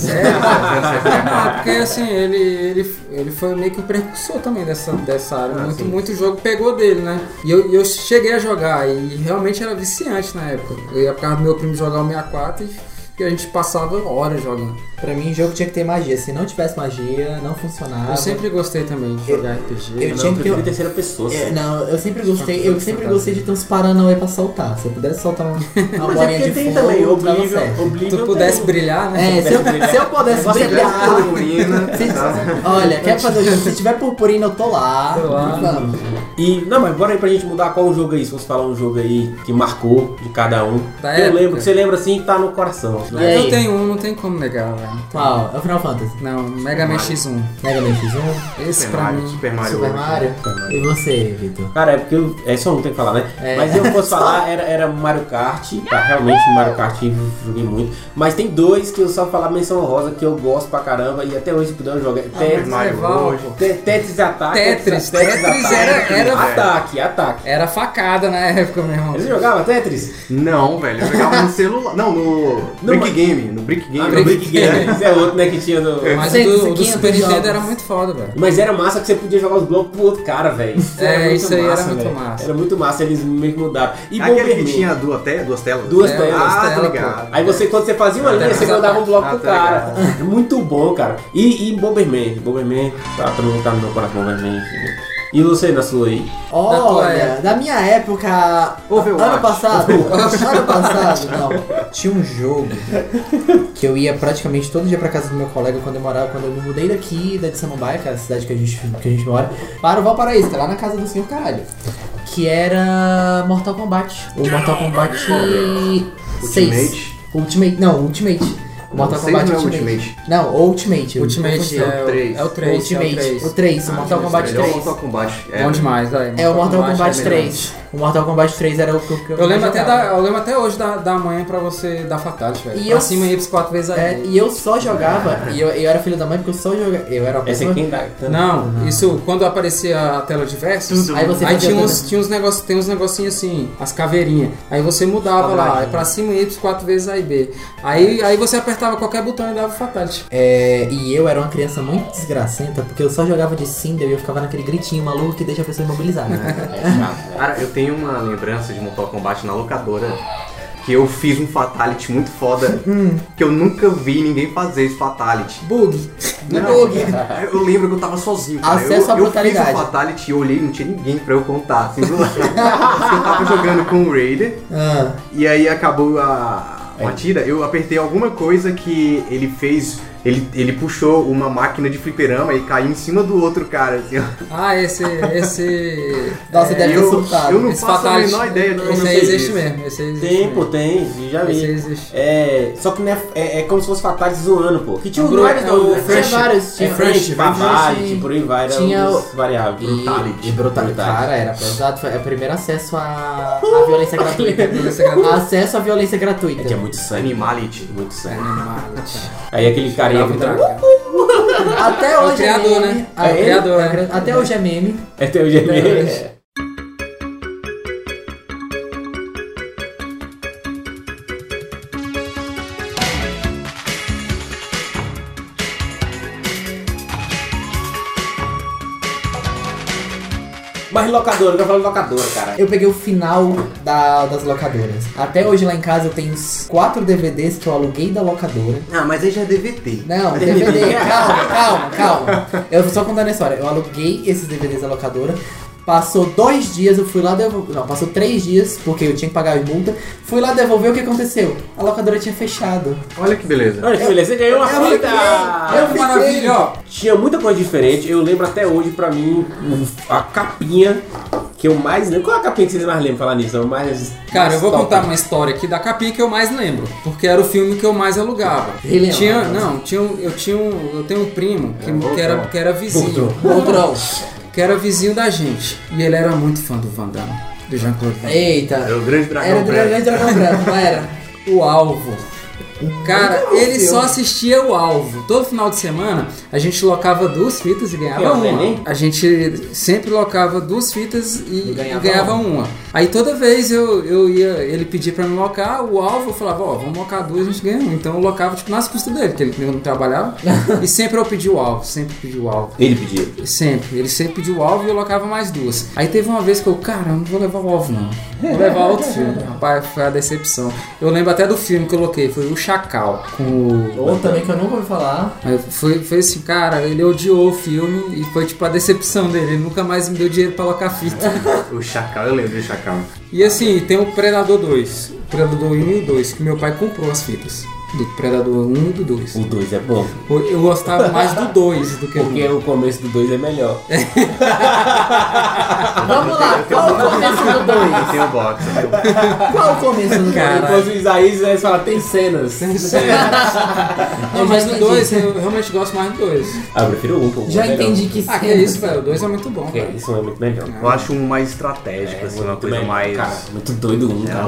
É, porque assim, ele, ele, ele foi meio que um precursor também dessa, dessa
Ah,
área. muito, muito jogo pegou dele, né? E eu, eu cheguei a jogar e realmente era viciante na época. Eu ia por causa do meu primo jogar o 64 e, e a gente passava horas jogando.
Pra mim, jogo tinha que ter magia. Se não tivesse magia, não funcionava.
Eu sempre gostei também de jogar RPG.
Ah, eu
Não,
tinha
eu
que
prefiro
ter-
terceira pessoa.
É,
sabe?
não, eu sempre gostei, eu sempre gostei de ter uns paranauê pra soltar. Se eu pudesse soltar um, uma, uma
Mas é
bolinha
porque
de
tem
fogo,
também
tava
Oblivion.
certo.
Oblivion
tu pudesse
tem.
brilhar, né?
É, se eu, se eu pudesse brilhar...
Purpurina,
se-
tá?
Olha, quer fazer jogo? Se tiver purpurina, eu tô lá.
Tô lá.
Vamos.
E, não, mas bora aí pra gente mudar qual o jogo aí, se fosse falar um jogo aí que marcou de cada um.
Da
eu
época.
lembro, que você lembra assim, tá no coração.
E aí?
Eu tenho um, não tem como negar, velho.
Qual? É o Final Fantasy.
Não, Mega Man X1.
Mega Man X1,
Esse
Super
pra
Mario,
mim.
Super Mario.
Super
hoje.
Mario. E você, Vitor?
Cara, é porque eu, é só um tem que falar, né?
É.
Mas se eu fosse falar, era, era Mario Kart, tá? Realmente Mario Kart eu joguei muito. Mas tem dois que eu só falar menção rosa que eu gosto pra caramba e até hoje se puder eu jogo. É
Super
Tetris, é
Mario
Marvel.
hoje.
Te- Tetris Ataque.
Tetris, Tetris
Attack.
era- era-
Ataque, ataque.
Era facada na época, meu irmão.
Você jogava Tetris?
Não, velho, eu jogava no celular. Não, no Brick
mas-
Game. No Brick Game.
Ah,
eu-
no Brick Game. Esse é outro, né, que tinha no...
Mas o
Cento e
do, o do
quinhentos
Super Nintendo
jogos.
era muito foda, velho.
Mas era massa que você podia jogar os blocos pro outro cara, velho.
É,
era muito
isso aí era muito
velho.
massa.
Era muito massa, eles meio que mudaram. E
Aquele
Bomberman.
que tinha duas, te- duas telas?
Duas
É,
telas.
duas
Ah, tá
telas, Tá
ligado.
Aí você, quando você fazia uma linha, você
ligado.
mandava um bloco
Ah,
pro
tá
cara. Muito bom, cara. E, e Bomberman. Bomberman, tá, todo mundo tá no meu coração, Bomberman. filho. E você na sua aí?
tua
Olha,
época.
da minha época.
Overwatch.
Ano passado. ano passado, não. Tinha um jogo que eu ia praticamente todo dia pra casa do meu colega quando eu morava, quando eu me mudei daqui, da de Samambaia, que é a cidade que a gente, que a gente mora, para o Valparaíso, que é lá na casa do senhor caralho. Que era Mortal Kombat. O Mortal Kombat 6.
Ultimate.
Ultimate. Não, Ultimate. O Mortal
seis
Kombat
não é
Ultimate.
Ultimate.
Não, Ultimate. eu
Ultimate
confundi.
é o
três.
É o Ah, 3.
Ultimate. O 3, o Mortal Kombat
Melhor
3.
é Mortal Kombat. É.
Bom demais, velho.
É o Mortal Kombat
é
3. O Mortal Kombat 3 era o que eu, que
melhor. Eu lembro,
mais
até
jogava.
da, eu lembro até hoje da, da manhã pra você dar fatality, velho.
E
Pra
eu-
cima e Y quatro vezes a
É,
vez.
e eu só jogava, e eu, eu era filho da mãe porque eu só jogava. Eu era uma
Essa
pessoa.
é quem dá.
Não, isso quando aparecia a tela de versos,
Aí você
aí
fazia
tinha uns,
tudo.
tinha uns negócios, tem uns negocinhos assim, as caveirinhas. Aí você mudava lá, é pra cima e Y quatro vezes A e B. Aí, aí você apertava qualquer botão e dava fatality.
É, e eu era uma criança muito desgracenta porque eu só jogava de Cinder e eu ficava naquele gritinho maluco que deixa a pessoa imobilizada.
Cara, eu tenho uma lembrança de Mortal Kombat na locadora. Que eu
Hum.
fiz um fatality muito foda. que eu nunca vi ninguém fazer esse fatality.
Bug.
do Doug.
Eu lembro que eu tava sozinho. Cara.
é Acesso
eu,
à
Eu
brutalidade.
fiz o Fatality, eu olhei, não tinha ninguém pra eu contar. Assim, do lado. eu tava jogando com o Raider.
Ah, É.
E aí acabou a a partida, eu apertei alguma coisa que ele fez. Ele, ele puxou uma máquina de fliperama e caiu em cima do outro cara, assim, ó.
Ah, esse. esse
Nossa,
é,
deve ter
eu-
surtado.
eu não-
esse
faço a
fatality-
menor ideia de como
Esse
eu
aí
sei
existe
disso.
mesmo. Esse aí existe
Tem,
mesmo.
pô, tem, já
Esse aí
vi.
existe.
É, só que não é, é, é como se fosse Fatality zoando, pô. Que tinha
É
um
bru-
vários
é
nomes,
o
né?
Fresh-
Tinha vários,
Tinha
tinha
Fresh, Fatality,
Tinha-
por aí vai, era
tinha
um dos variáveis.
E, e brutalidade. Cara, era pesado. Foi o primeiro acesso à, à violência gratuita. acesso à violência gratuita.
É que é muito sangue.
Animality.
Muito sangue.
Animality.
Aí aquele carinha que tá- entra...
Até
o
hoje é,
criador,
meme.
né? É o
Aí-
criador, né?
Até hoje é meme.
É teu GM. Mas locadora, eu quero falar de locadora, cara.
Eu peguei o final da- das locadoras. Até hoje lá em casa eu tenho uns quatro DVDs que eu aluguei da locadora.
Ah, mas aí já é DVT.
Não, DVD, calma, calma, calma. Eu vou só contando a história. Eu aluguei esses DVDs da locadora. Passou dois dias, eu fui lá devolver. Não, passou três dias, porque eu tinha que pagar a multa. Fui lá devolver, o que aconteceu? A locadora tinha fechado.
Olha que beleza.
Olha que beleza, você ganhou uma
eu
fita!
fiquei-
Olha que maravilha, ó.
Tinha muita coisa diferente. Eu lembro até hoje, pra mim, o- a capinha que eu mais lembro. Qual é a capinha que vocês mais lembram falar nisso? É o mais.
Cara,
mais
eu vou
top.
contar uma história aqui da capinha que eu mais lembro, porque era o filme que eu mais alugava.
Rei Leão,
tinha,
né?
não, tinha, um- eu tinha um, eu tenho um primo que, que era que era vizinho,
Outrão.
que era vizinho da gente, e ele era muito fã do Van Damme, do Jean-Claude Van Damme.
Eita.
Era o grande
Era
dragão
do
branco.
Grande Dragão Branco, não era?
O Alvo. Cara, ele
filme.
só assistia o alvo. Todo final de semana a gente locava duas fitas e ganhava
Que
uma.
ordem, hein?
A gente sempre locava duas fitas e,
E ganhava
e ganhava uma. Aí toda vez eu, eu ia, ele pedia pra me locar, o alvo eu falava, ó, vamos locar duas, a gente ganha uma. Então eu locava tipo nas custas dele, porque ele não trabalhava. e sempre eu pedi o alvo, sempre pedi o alvo.
Ele pediu.
Sempre. Ele sempre pediu o alvo e eu locava mais duas. Aí teve uma vez que eu, cara, eu não vou levar o alvo, não. Vou levar outro filme. Rapaz, foi a decepção. Eu lembro até do filme que eu loquei, foi o Chacal. Com o.
Outro também que eu nunca ouvi falar.
Aí Foi, foi assim, cara, ele odiou o filme e foi tipo a decepção dele. Ele nunca mais me deu dinheiro pra locar fita.
O Chacal, eu lembro do Chacal.
E assim, tem o Predador 2. O Predador 1 e o 2, que meu pai comprou as fitas. Do Predador 1 e do 2.
O 2 é bom.
Eu eu gostava mais do 2 do um. que do 1.
Porque o começo do 2 é melhor.
Vamos lá, qual o
é
começo do
Eu
dois?
tenho o box.
Qual o começo do dois?
Depois o Isaías aí fala, tem cenas.
Não, mas do
entendi.
2, eu realmente gosto mais do 2.
Ah, eu prefiro um, que o um
Já
é melhor.
entendi que
Ah, que é isso, velho. O 2 é muito bom,
É,
cara.
isso é muito melhor.
Ah.
Eu acho um mais estratégico, assim, uma
Muito
coisa
melhor,
mais.
Cara, muito doido um, tá?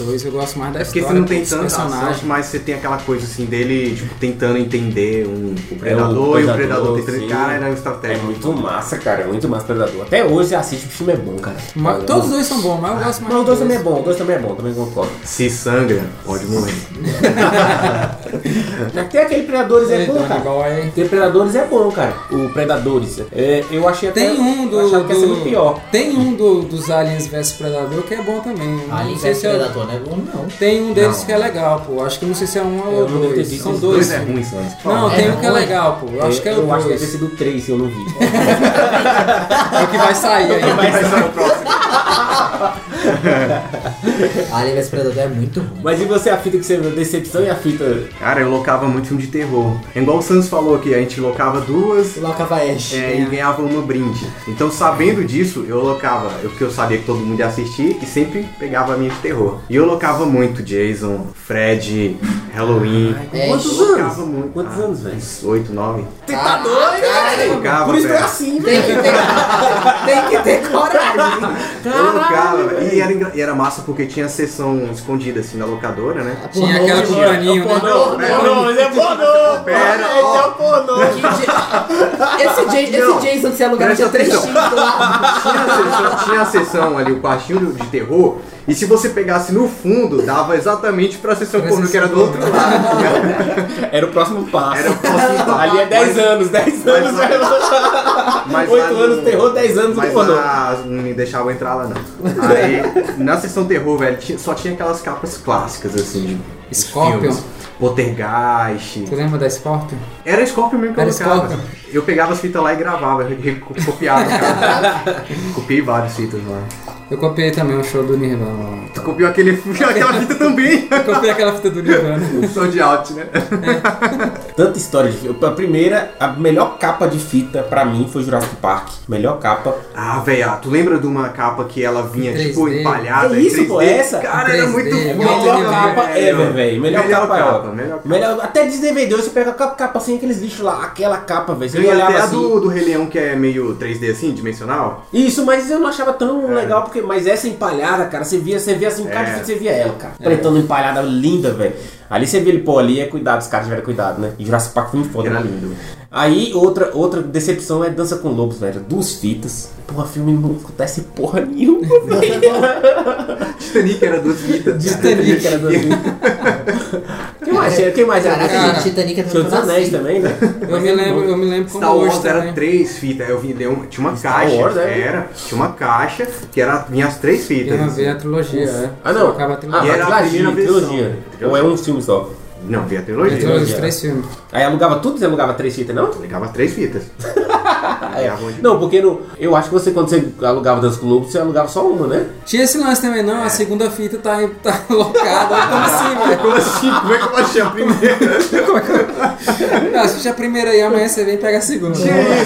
O 2 eu gosto mais da
É
Porque
história.
você não tem
dos
tanta
personagens.
ação, mas você tem aquela coisa assim dele, tipo, tentando entender um, o
É,
predador e o predador
sim.
tentando. Cara, era um uma
É
estratégia.
muito massa, cara. É muito massa Predador. Até hoje você assiste, o filme é bom, cara.
Mas todos os dois são bons, mas eu gosto mais
Mas o
do
2 também é bom, o 2 também é bom, também concordo.
Se sangra, né? pode morrer.
Até aquele Predadores é
Eita,
bom, cara.
boy.
Aquele Predadores é bom, cara. O Predadores. É, eu achei até.
Tem um do.
Eu achava que ia ser
do-
muito pior.
Tem um do- dos Aliens vs Predador que é bom também. Eu não
Ali
sei
vs
se é-
Predador não é bom, não.
Tem um deles que é legal, pô. Acho que não sei se é um
Eu
ou
não devo ter
dois.
visto
São
os
dois.
Dois é ruim, Santos.
Não,
É
tem um que é
ruim.
legal, pô. Eu acho que é o
Eu acho que deve ter
2.
sido 3 se eu não vi.
É o que vai sair aí.
Vai ser o próximo.
Alien vs Predador é muito ruim.
Mas e você, a fita que você. Decepção e a fita.
Cara, eu locava muito filme de terror. É igual o Santos falou aqui, a gente locava duas
Loca vai Ash.
é, e ganhava uma brinde. Então, sabendo disso, eu locava, eu- porque eu sabia que todo mundo ia assistir e sempre pegava a minha de terror. E eu locava muito Jason, Fred, Halloween.
É,
Quantos
eu
anos?
locava muito.
Quantos
Ah,
anos, velho?
Uns 8, 9.
Você tá doido, velho?
Jogava,
Por isso que é
velho.
assim, velho.
Tem que ter, tem que ter coragem.
Eu locava, e era, engra- e era massa porque tinha sessão escondida assim na locadora,
Ah,
né?
é
Tinha aquela com o paninho, né?
Pornô, pornô, ele é pornô!
Pera,
Ele é o pornô!
Esse, J-
Não.
esse Jason que você alugava tinha três
Presta
times do lado.
Tinha a sessão, tinha a sessão ali, o quartinho de terror, e se você pegasse no fundo, dava exatamente pra sessão
Pra
pornô, que era do outro lado.
Era o próximo passo.
é Era o próximo passo.
Ali é 10
Mas-
anos, 10
mas
anos,
lá- Mas
8
lá no-
anos, terror, 10 anos do
Mas
pornô.
lá, não me deixavam entrar lá, não. Aí, na sessão terror, velho, tinha- só tinha aquelas capas clássicas, assim, de dos
Scorpion.
filmes. Poltergeist.
Tu lembra da Scorpion?
Era Scorpion mesmo que
Era
eu colocava.
Scorpion.
Eu pegava as fitas lá e gravava, eu recu- copiava, cara. Copiei várias fitas lá.
Eu copiei também o show do Nirvana.
Tu copiou aquele, aquela fita também?
Eu copiei aquela fita do Nirvana.
Sou de out, né?
Tanta história de filme. A primeira, a melhor capa de fita pra mim foi Jurassic Park. Melhor capa.
Ah, velho, ah, tu lembra de uma capa que ela vinha,
Em
tipo,
3D?
empalhada?
É
em
isso, pô,
3D?
é essa?
Cara,
Em
era
3D,
muito
é
bom.
muito né?
Melhor
legal,
capa ever, velho. Melhor,
Melhor
capa,
capa,
ever.
melhor capa.
Melhor- Até de DVD você pega a capa sem aqueles lixos lá, aquela capa, velho. Você
Ganhei até
olhava
a
assim.
do, do Rei Leão, que é meio 3D assim, dimensional.
Isso, mas eu não achava tão legal, porque. Mas essa empalhada, cara, você via, você via assim, um cara
É.
de fita, você via ela, cara. Pretando empalhada linda, velho. Ali você via ele, pô, ali é cuidado, os caras tiveram cuidado, né? E Jurassic Park foi muito foda,
Era
né?
lindo.
Aí, outra, outra decepção é Dança com Lobos, velho. Duas fitas. Porra, filme não acontece porra nenhuma,
Titanic era duas fitas.
Titanic era duas fitas. Quem mais? Quem mais? era?
Caraca, gente, Titanic é
Senhor dos Anéis
assim.
também, né?
Eu me lembro, eu me lembro como
Star Wars
hoje
era
também.
três fitas. Eu vi, deu uma- tinha uma
Star
caixa.
Wars, é.
era. Tinha uma caixa que era, vinha as três
Eu
fitas.
não vi a trilogia, é.
Ah, não.
Acaba a
Ah,
trilogia.
E era a
trilogia,
primeira versão.
trilogia. Ou é um filme só.
Não, vi a
Eu trouxe
trilogia.
os três filmes.
Aí alugava tudo, você alugava três fitas, não?
Ligava as três fitas. Ligava onde-
É. Não, porque no, eu acho que você, quando você alugava Dança com Lobos, você alugava só uma, né?
Tinha esse lance também, não?
É.
A segunda fita tá, tá locada. Como assim, velho?
Como assim? Como é que eu baixei a primeira? assim?
Não, assiste a primeira aí, amanhã você vem e pega a segunda.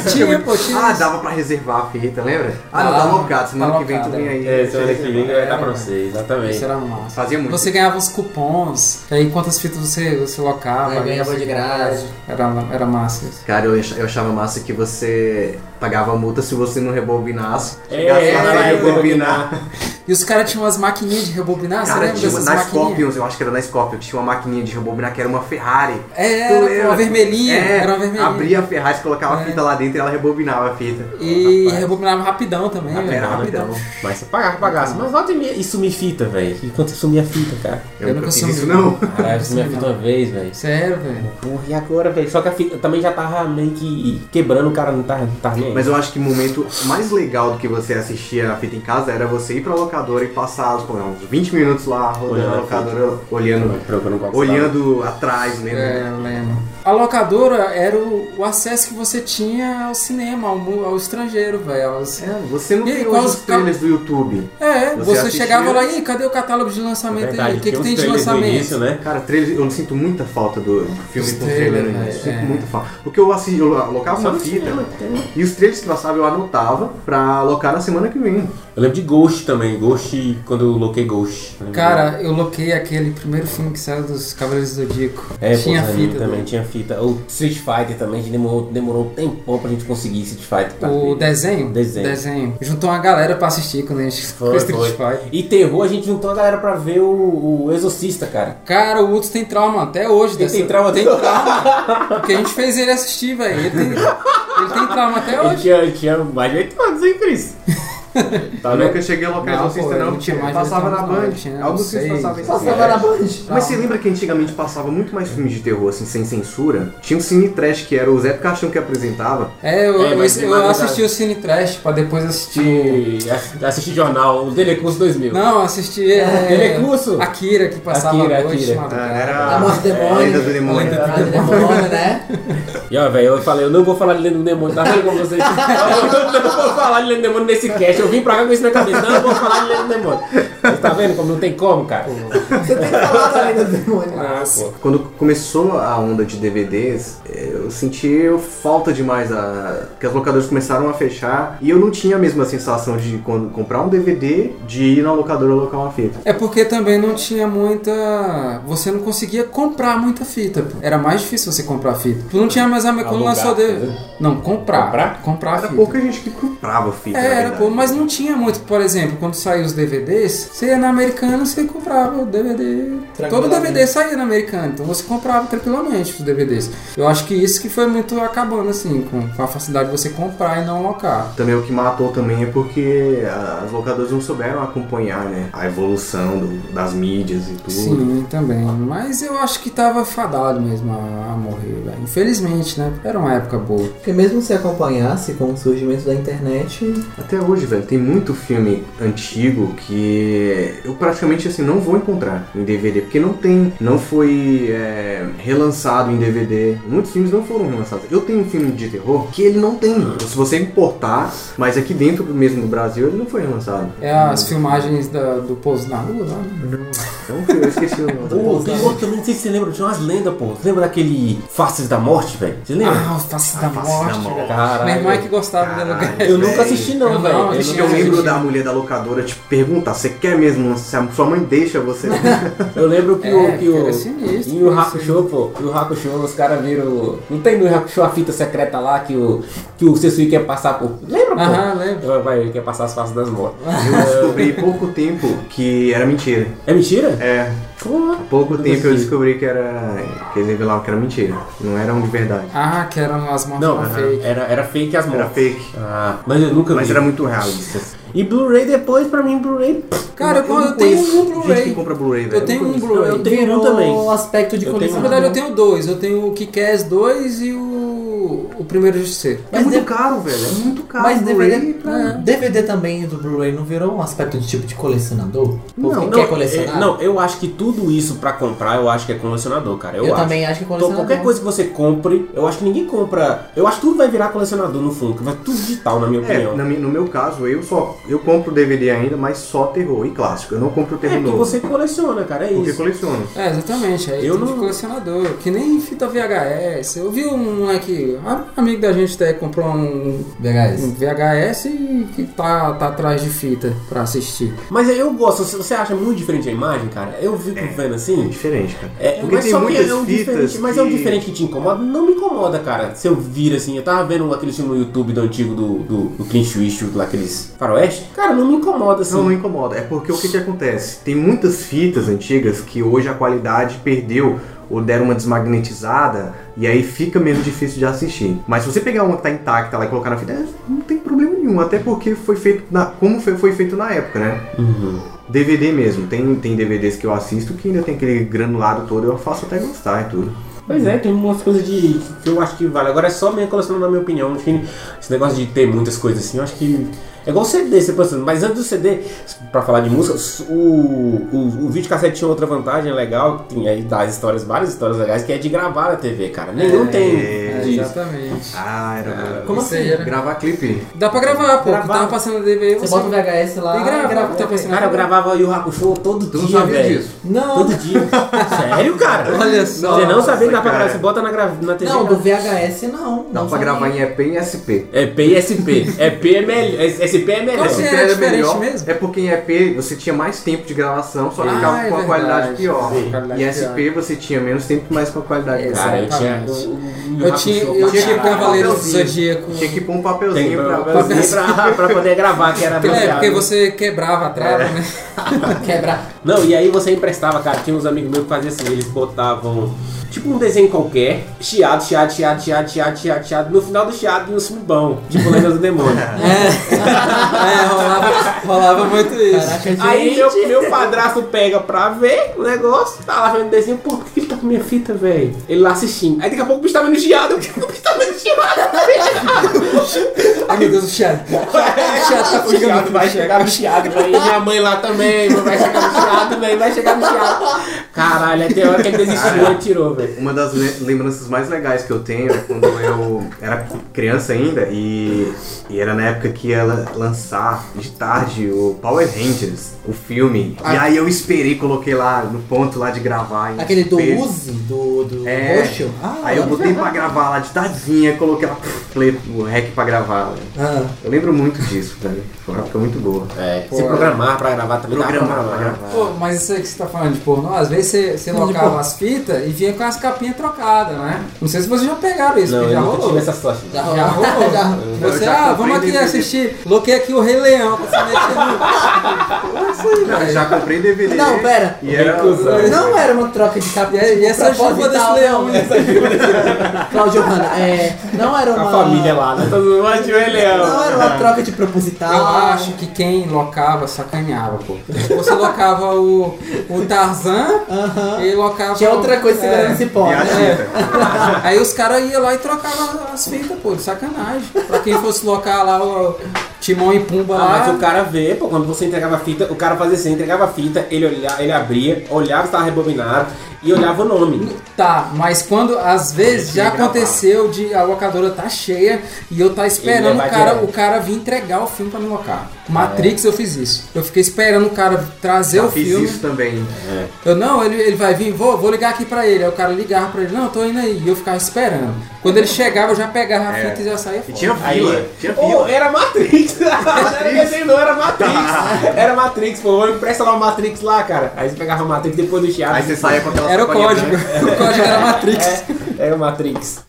tinha, pô, tinha.
Ah, dava pra reservar a fita, lembra? Ah, não,
Ah,
tá locado. Semana
tá
que vem tu
locado,
vem
é.
aí.
semana que vem vai dar é, pra você,
Isso
exatamente.
era massa.
Fazia muito.
Você ganhava os cupons, aí quantas fitas você, você locava.
É,
Aí ganhava
aí você-
de graça.
Era, era massa isso.
Cara, eu, ach- eu achava massa que você pagava multa se você não rebobinasse.
É,
Chegasse lá
é,
sem
é,
rebobinar.
E os caras tinham umas maquininhas de rebobinar, você
Cara,
lembra
tinha uma,
dessas
na
maquininhas?
Scorpions, eu acho que era na Scorpion, tinha uma maquininha de rebobinar que era uma Ferrari.
É,
Tu
era
lembra?
uma vermelhinha,
É,
era uma vermelhinha. É.
Abria a Ferrari, você colocava a fita lá dentro e ela rebobinava a fita.
E
Rapaz,
rebobinava rapidão também.
Rapidão,
velho.
então.
rapidão.
um Mas você pagava, pagasse. Mas volta e meia. E sumir fita, velho. E quando sumia a fita, cara?
eu,
eu
nunca
nunca
fiz
soube.
isso não.
Caralho, sumi a fita uma vez, velho.
Sério, velho.
Porra, e agora, velho? Só que a fita também já tava meio que quebrando, o cara não tava, não tava nem aí.
Mas eu acho que o momento mais legal do que você assistir a fita em casa era você ir pra locadora e passar pô, uns 20 minutos lá rodando
Olhando a
a locadora, olhando,
Procurando qual que
olhando atrás, né?
É, eu lembro. A locadora era o, o acesso que você tinha ao cinema, ao, mu- ao estrangeiro, velho. aos-
É, você não
E
tem
aí, qual
hoje os
os-
trailers do YouTube.
É,
Você
você,
assistia-
chegava lá e "Ih, cadê o catálogo de
tava.
lançamento
É Verdade,
aí? O que, que
uns
tem de
trailers no
lançamento?
início, né?
Cara, trailer, eu sinto muita falta do filme
Os
com trailer no
trailers,
início.
né?
Sinto
É.
muita falta. Porque eu assisti, eu alocava uma fita
né?
e os trailers que passava eu anotava pra alocar na semana que vem.
Eu lembro de Ghost também. Ghost, quando eu loquei Ghost. né? Eu lembro.
Cara, eu loquei aquele primeiro filme que saiu dos Cavaleiros do Zodíaco.
É,
tinha
pô, pra mim
fita.
também,
velho.
tinha fita. O Street Fighter também a gente demorou, demorou um tempão pra gente conseguir Street Fighter. pra
O
ver.
desenho?
Tá Desenho.
Juntou uma galera pra assistir quando a gente
Foi,
foi Street
foi.
Fighter.
E terror, a gente juntou a galera pra ver o, o Exorcista, cara.
Cara, o Woods tem trauma até hoje.
Ele
dessa-
tem trauma
tem
até-
trauma. Porque a gente fez ele assistir, velho. Ele, tem... ele tem trauma até
Eu
hoje.
tinha, eu tinha mais de 8
Ah,
anos, hein, Cris? tá
Eu
vendo?
nunca cheguei a alocar
Não,
Exorcista
pô, eu
não,
não tinha
porque
mais
passava na
Exorcista não,
Band. É
eu tinha
Alguns filmes
seis,
passavam em
Passava na Band.
Mas você lembra que antigamente passava muito mais filmes de terror, assim, sem censura? Tinha um cine trash que era o Zé do Caixão que apresentava.
É, eu,
É, mas
eu-
tem
eu
mais
assisti o Cine Trash pra depois assistir.
De ass- assistir jornal, o Telecurso 2000.
Não, assisti. É,
Telecurso?
Akira, que passava
Akira,
à noite.
Akira. Ah.
madrugada.
A morte do demônio.
A Lenda do Demônio.
Ah, demônio, né?
E ó, velho, eu falei, eu não vou falar de Lenda do Demônio, tá vendo como vocês? Eu não vou falar de Lenda do Demônio nesse cast, eu vim pra cá com isso na cabeça, não eu vou falar de Lenda do Demônio. Vocês tá vendo como não tem como, cara?
Você tem que falar da lenda do demônio.
Ah, pô.
Quando começou a onda de DVDs, eh, eu senti falta demais, a... que as locadoras começaram a fechar e eu não tinha a mesma sensação de quando comprar um DVD, de ir na locadora alocar uma fita.
É porque também não tinha muita. Você não conseguia comprar muita fita. pô. Era mais difícil você comprar fita. Tu não tinha mais a quando
Alugar,
lançou DVD.
né?
Não, comprar.
Comprar?
Comprar
Era
fita.
pouca gente que comprava fita,
É,
na
era
verdade.
pouco, mas não tinha muito. Por exemplo, quando saiu os DVDs, você ia na americana você comprava o DVD. Todo
Tranquilamente.
DVD saía na americana, então você comprava tranquilamente os DVDs. Eu acho que isso que foi muito acabando, assim, com, com a facilidade de você comprar e não alocar.
Também o que matou também é porque ah, as locadoras não souberam acompanhar, né? A evolução do- das mídias e tudo.
Sim, também. Mas eu acho que tava fadado mesmo a, a morrer, velho. Infelizmente, né? Era uma época boa.
Porque mesmo se acompanhasse com o surgimento da internet,
Até hoje, velho, velho, tem muito filme antigo que eu praticamente assim não vou encontrar em DVD, porque não tem, não foi é, relançado em DVD. Muitos filmes não foram relançados. Eu tenho um filme de terror que ele não tem. Então, Se você importar, mas aqui dentro mesmo do Brasil ele não foi relançado.
É as filmagens da- do Pouso na Lua, lá, né?
É um filme, eu esqueci o nome.
Pô, tem outro também, não sei se você lembra, tinha umas lendas, pô. Você lembra daquele Faces da Morte, velho? Você lembra?
Ah, o Face da Morte. velho.
Caralho.
Meu irmão é que gostava dele.
Eu nunca assisti,
Eu
não,
não
velho.
assisti, um
nunca
Eu lembro
assisti.
da mulher da locadora te perguntar, você quer mesmo, se a sua mãe deixa você...
Eu lembro que
É,
o. Que
que era
o
sinistro,
e o
né,
Hakusho, pô. E o Hakusho, os caras viram. Não tem no Hakusho a fita secreta lá que o. Que o Sessui quer passar por. Lembra, pô?
Aham, lembro.
Vai, Vai, ele quer passar as faces das mortes.
Eu descobri há pouco tempo que era mentira.
É mentira?
É,
Pô.
há pouco
Não
tempo eu
consegui.
descobri que era. que eles revelavam que era mentira. Não era um de verdade.
Ah, que eram as mortes
Não,
não, fake.
era, era fake as mortes.
Era fake.
Ah, mas eu nunca
Mas
vi.
era muito realista.
E Blu-ray depois, pra mim, Blu-ray.
Cara, eu, eu
não
tenho
conheço
um
Gente que
Blu-ray.
compra Blu-ray, velho. é
Eu tenho um Blu-ray.
Eu tenho um também.
o aspecto de
Eu um
coleção.
Na verdade, eu tenho dois. Eu tenho o Kick-Ass 2 e o, o primeiro Justiceiro.
É muito caro, velho. É muito caro.
Mas DVD,
Blu-ray pra-
DVD também do Blu-ray não virou um aspecto de tipo de colecionador? Não,
Não,
quer
é,
colecionar?
não, eu acho que tudo isso pra comprar, eu acho que é colecionador, cara. Eu,
eu,
acho.
também acho que é
Então,
colecionador.
qualquer coisa que você compre, eu acho que ninguém compra. Eu acho que tudo vai virar colecionador no fundo, que vai tudo digital, na minha
É,
opinião.
na mi- no meu caso, eu só. Eu compro DVD ainda, mas só terror e clássico. Eu não compro
É,
terror
porque
novo.
você coleciona, cara, é
Porque
isso.
coleciono.
É, exatamente. Aí
Eu
eu não...
não-
colecionador. Que nem fita VHS. Eu vi um moleque, um amigo da gente até comprou um, um
VHS.
VHS e que tá, tá atrás de fita pra assistir.
Mas é, eu gosto, se você acha muito diferente a imagem, cara, eu fico vendo
É
assim.
diferente, cara.
É,
Porque
mas
tem
só que
muitas
é um
fitas
diferente, mas é um
que-
diferente que te incomoda, não me incomoda, cara. Se eu vir assim, eu tava vendo aquele filme no YouTube do antigo do, do, do Clint Eastwood, lá aqueles faroeste, cara, não me incomoda assim.
Não, não incomoda. É porque o que, que acontece? Tem muitas fitas antigas que hoje a qualidade perdeu ou deram uma desmagnetizada e aí fica menos difícil de assistir. Mas se você pegar uma que tá intacta lá e colocar na fita, é, não tem problema nenhum. Até porque foi feito na, como foi, foi feito na época, né?
Uhum.
DVD mesmo. Tem, tem DVDs que eu assisto que ainda tem aquele granulado todo, eu faço até gostar e tudo.
Pois é, tem umas coisas de que eu acho que vale. Agora é só minha coleção, na minha opinião. Acho que esse negócio de ter muitas coisas assim, eu acho que. É igual CD, você pensa, mas antes do CD, pra falar de música, o, o, o videocassete tinha outra vantagem legal, que tinha aí das histórias, várias histórias legais, que é de gravar na TV, cara. Nenhum tem
É,
disso.
exatamente.
Ah, era.
Como
Isso
assim?
aí era-
Gravar clipe.
Dá pra gravar, pô.
Gravar.
Que tava passando no DVD.
Você bota né, o VHS lá
E grava, tá passando.
Cara, eu gravava o Hakusho todo
Tu não
dia,
sabia
velho.
disso.
Não,
Todo dia. Sério, cara?
Olha só.
Você não sabia que dá pra
cara.
gravar, você bota na, gra- na TV.
não,
cara.
do VHS não.
Dá
não
pra
sabia.
gravar em EP e SP.
É P e SP. EP é melhor. SP é melhor.
Qual que
Então,
era
era
diferente
melhor.
mesmo?
É porque em EP você tinha mais tempo de gravação, só que
Ah,
ficava
é
com a
verdade.
qualidade pior.
Sim. Qualidade É,
Em SP você tinha menos tempo, mas com a qualidade
Exato.
Cara, eu tinha.
Exatamente.
o- o
Eu tinha,
Hakusho
eu
pra
tinha o
caralho.
Cavaleiro do
Papelzinho.
Zodíaco.
pior. Tinha que pôr um
Tem
papelzinho pra,
pra, pra, né, pra poder gravar, que era
É, porque
baseado.
você quebrava a trava, né?
Quebrar.
Não, e aí você emprestava, cara. Tinha uns amigos meus que faziam assim, eles botavam tipo um desenho qualquer, chiado, chiado, chiado, chiado, chiado, chiado, chiado. No final do chiado vinha um filme bom, tipo Lendas do Demônio.
É, rolava, rolava muito isso.
Caraca,
Aí
gente.
meu, meu padrasto pega pra ver o negócio, tá lá vendo o desenho, pô, por que ele tá com minha fita, velho? Ele lá assistindo. Aí daqui a pouco o bicho tá vendo chiado, o bicho tá vendo chiado.
Ai, meu Deus, o Chiado. O Chiado tá
O chiado
ficando.
vai chegar no chiado, vai. E minha mãe lá também, vai chegar no chiado, velho, vai chegar no chiado. Caralho, até a hora que ele desistiu, ele tirou, velho.
Uma das le- lembranças mais legais que eu tenho é quando eu era criança ainda e, e era na época que ia la- lançar de tarde o Power Rangers, o filme.
Ah.
E aí eu esperei, coloquei lá no ponto lá de gravar. em
Aquele do
SP.
Uzi, do, do
É.
roxo. Ah,
Aí eu botei pra gravar lá de tadinha, coloquei lá, play, o rec pra gravar. né?
Ah,
Eu lembro muito disso, velho. Foi uma época muito boa.
É, se programar pra gravar também dá pra
Programar pra
programar.
gravar.
Pô, mas isso aí que você tá falando de pornô, às vezes você, você
Não, de
locava
pornô.
as fitas e vinha com as capinhas trocadas, né? Não sei se vocês já pegaram isso,
Não,
porque já
eu nunca
rolou.
tive essa sorte.
já
Já
rolou.
rolou.
Já
Eu
Você,
já
ah,
comprei
vamos aqui
DVD.
assistir. Loquei aqui o Rei Leão pra você meter no.
Cara,
Isso aí,
já
velho.
comprei DVD.
Não, pera.
E era.
Não era uma troca de capa.
E, aí, e essa chuva desse leão, hein?
Cláudio Hanna, é, não era uma.
A família lá, né? Todo mundo "Ah, tio
Não
Elião.
era uma troca de proposital.
Eu acho que quem locava sacaneava, pô. Você locava o, o Tarzan
Aham.
e locava.
Tinha outra coisa
é.
segurando esse pó.
E a
né?
Chita.
Aí os caras iam lá e trocavam as fitas, pô, de sacanagem. Pra quem fosse locar lá o Timão e Pumba
Ah,
lá.
mas o cara vê, pô, quando você entregava a fita, o cara fazia assim, entregava a fita, ele olhava, ele abria, olhava se tava rebobinado e olhava o nome.
Tá, mas quando às vezes já
Tinha que gravar.
aconteceu de a locadora tá cheia e eu tá esperando
levar
o cara,
direto.
o cara vir entregar o filme pra me locar.
É.
Matrix eu fiz isso. Eu fiquei esperando o cara trazer
Eu
o
fiz
filme.
isso também.
Eu não, ele, ele vai vir, vou, vou ligar aqui pra ele. Aí o cara ligava pra ele, não, eu tô indo aí. E eu ficava esperando. Quando ele chegava, eu já pegava a fita e já saía
É. E
fora.
tinha
Aí,
fila. Tinha
oh,
fila.
era Matrix! não era desenho, não, era Matrix! Era Matrix, pô, empresta lá o Matrix lá, cara. Aí você pegava o Matrix depois do chiado.
Aí você saía com aquela né?
Era o
sacolinha
código.
branca.
o código era Matrix.
É, era o Matrix.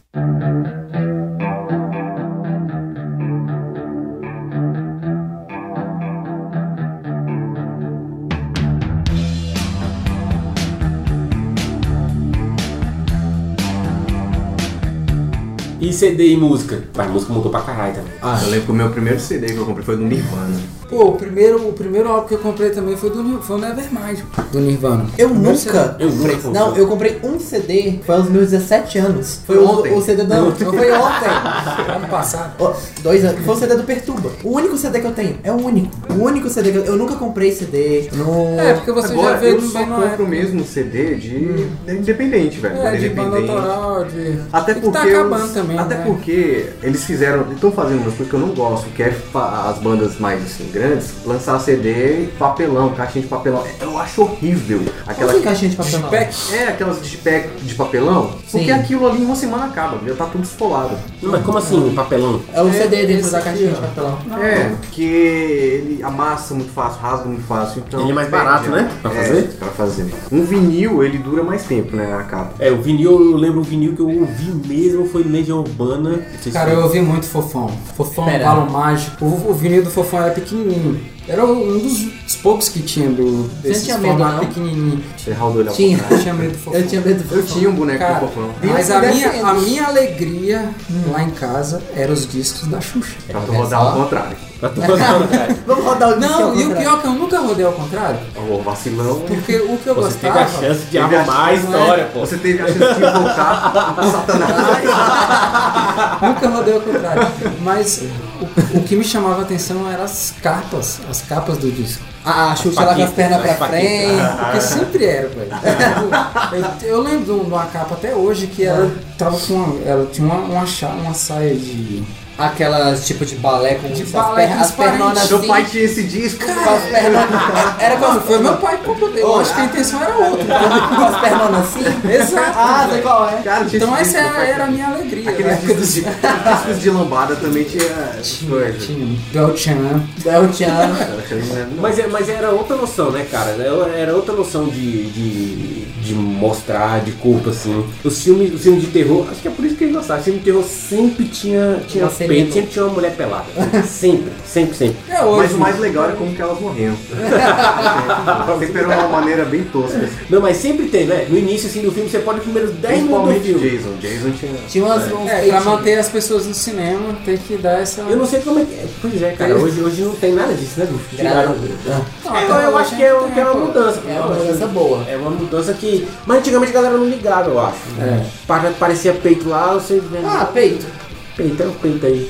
E CD e música? Mas música mudou pra caralho também.
Ah, eu lembro que o meu primeiro CD que eu comprei foi do Nirvana.
Pô, o primeiro, o primeiro álbum que eu comprei também foi do, Nir- foi o Nevermind, do Nirvana.
Eu
Primeiro
nunca.
Eu nunca comprei.
Não, eu comprei um CD, foi aos meus 17 anos. Foi o-
Ontem.
O, CD da. Não, foi ontem.
Ano passado.
Ó, Dois anos. Foi o CD do Perturba. O único CD que eu tenho. É o único. O único CD que eu. Eu nunca comprei CD. No...
É, porque você
Agora,
já veio
eu
no
só
bem na
compro
época.
mesmo CD de de independente, velho.
É, de banda
independente.
autoral, de...
Até
E que
porque.
tá acabando
os-
também,
até
né?
porque eles fizeram. Estão fazendo umas coisas que eu não gosto, que é fa- as bandas mais assim, grandes, lançar CD papelão, caixinha de papelão. Eu acho horrível. Aquela.
Aquela
assim,
caixinha de papel não.
Pack.
É, aquelas de pack de papelão.
Sim.
Porque aquilo ali em uma semana acaba, já tá tudo esfolado.
Não, mas como assim, papelão?
É o CD dentro
esse
da caixinha
aqui,
de
ó.
papelão.
É, porque ele amassa muito fácil, rasga muito fácil, então...
Ele é mais
perde,
barato, né? Pra
É,
fazer?
pra fazer. Um vinil, ele dura mais tempo, né, a capa.
É, o vinil, eu lembro o vinil que eu ouvi mesmo foi Legião Urbana. Não sei se
Cara,
foi-
eu ouvi muito Fofão. Fofão,
Pera.
Balo Mágico. O, o vinil do Fofão era pequenininho. Era um dos, dos poucos que tinha do, desse
tinha medo,
formato
não?
pequenininho.
Você errar o olho
Tinha.
Eu tinha medo do Fofão.
Eu tinha medo
Eu tinha um boneco
Cara,
com fofão.
mas a
Deve
minha,
ser.
a minha alegria lá em casa era os discos da Xuxa.
Pra tu rodar ao contrário.
Vamos rodar o disco ao
Não, e o
contrário.
pior é que eu nunca rodei ao contrário.
Ô, vacilão.
Porque o que eu
Você teve
gostava.
a chance de
Teve a
arrumar a
chance, né?
história, pô.
Você teve a chance de voltar com Satanás.
Nunca rodei ao contrário. Mas o, o que me chamava a atenção eram as capas, as capas do disco.
A Xuxa lá com as
Paquita,
pernas pra
as Paquita. Ah,
frente.
Porque sempre era, velho. Eu, eu lembro de um- de uma capa até hoje que ela
Ah.
tava com uma, ela tinha uma, uma, cha- uma saia de.
Aquelas tipo de balé com
De
as
balé
pernas- as
transparente.
pernonas
Seu
assim.
pai tinha esse disco.
com as pernonas. Era com
Mano,
as, Oh.
foi meu pai que comprou. Eu acho que a intenção era outra.
com as pernonas assim.
Exato.
Ah, sei qual é.
Cara, tinha
Então
esse
essa
disco,
era, era a minha alegria.
Aqueles
né?
discos de, discos de lambada também tinha essas coisas.
Tinha Del Chan.
Del Chan.
Eu achei que não era- né? não.
Mas, é- mas era outra noção, né, cara? Era era outra noção de, de, de mostrar, de corpo, assim. Os filmes, os filmes de terror, acho que é por isso que eles gostaram. Os filmes de terror sempre tinha, tinha
Uma
peito,
sereia.
sempre tinha uma mulher pelada. sempre, sempre, sempre.
É hoje.
Mas o mais legal era como que elas morriam. Sempre era uma maneira bem tosca. assim.
Não, mas sempre tem, né? No início, assim, do filme, você pode os primeiros 10 minutos do filme.
Principalmente Jason. Jason tinha.
Tinha umas, uns
É, pra
peitinhos.
manter as pessoas no cinema, tem que dar essa.
Eu não sei como é que é. Pois é, cara, hoje, hoje não tem nada disso, né, bicho? Tiraram.
Não,
É,
até
eu, eu
hoje
acho que é,
não tem,
que é
pô.
uma mudança.
É uma
Eu acho
mudança
que-
boa.
É uma mudança que. Mas antigamente a galera não ligava, eu acho.
É.
Pare- Parecia peito lá, você.
Ah, peito.
Peito, é o peito aí.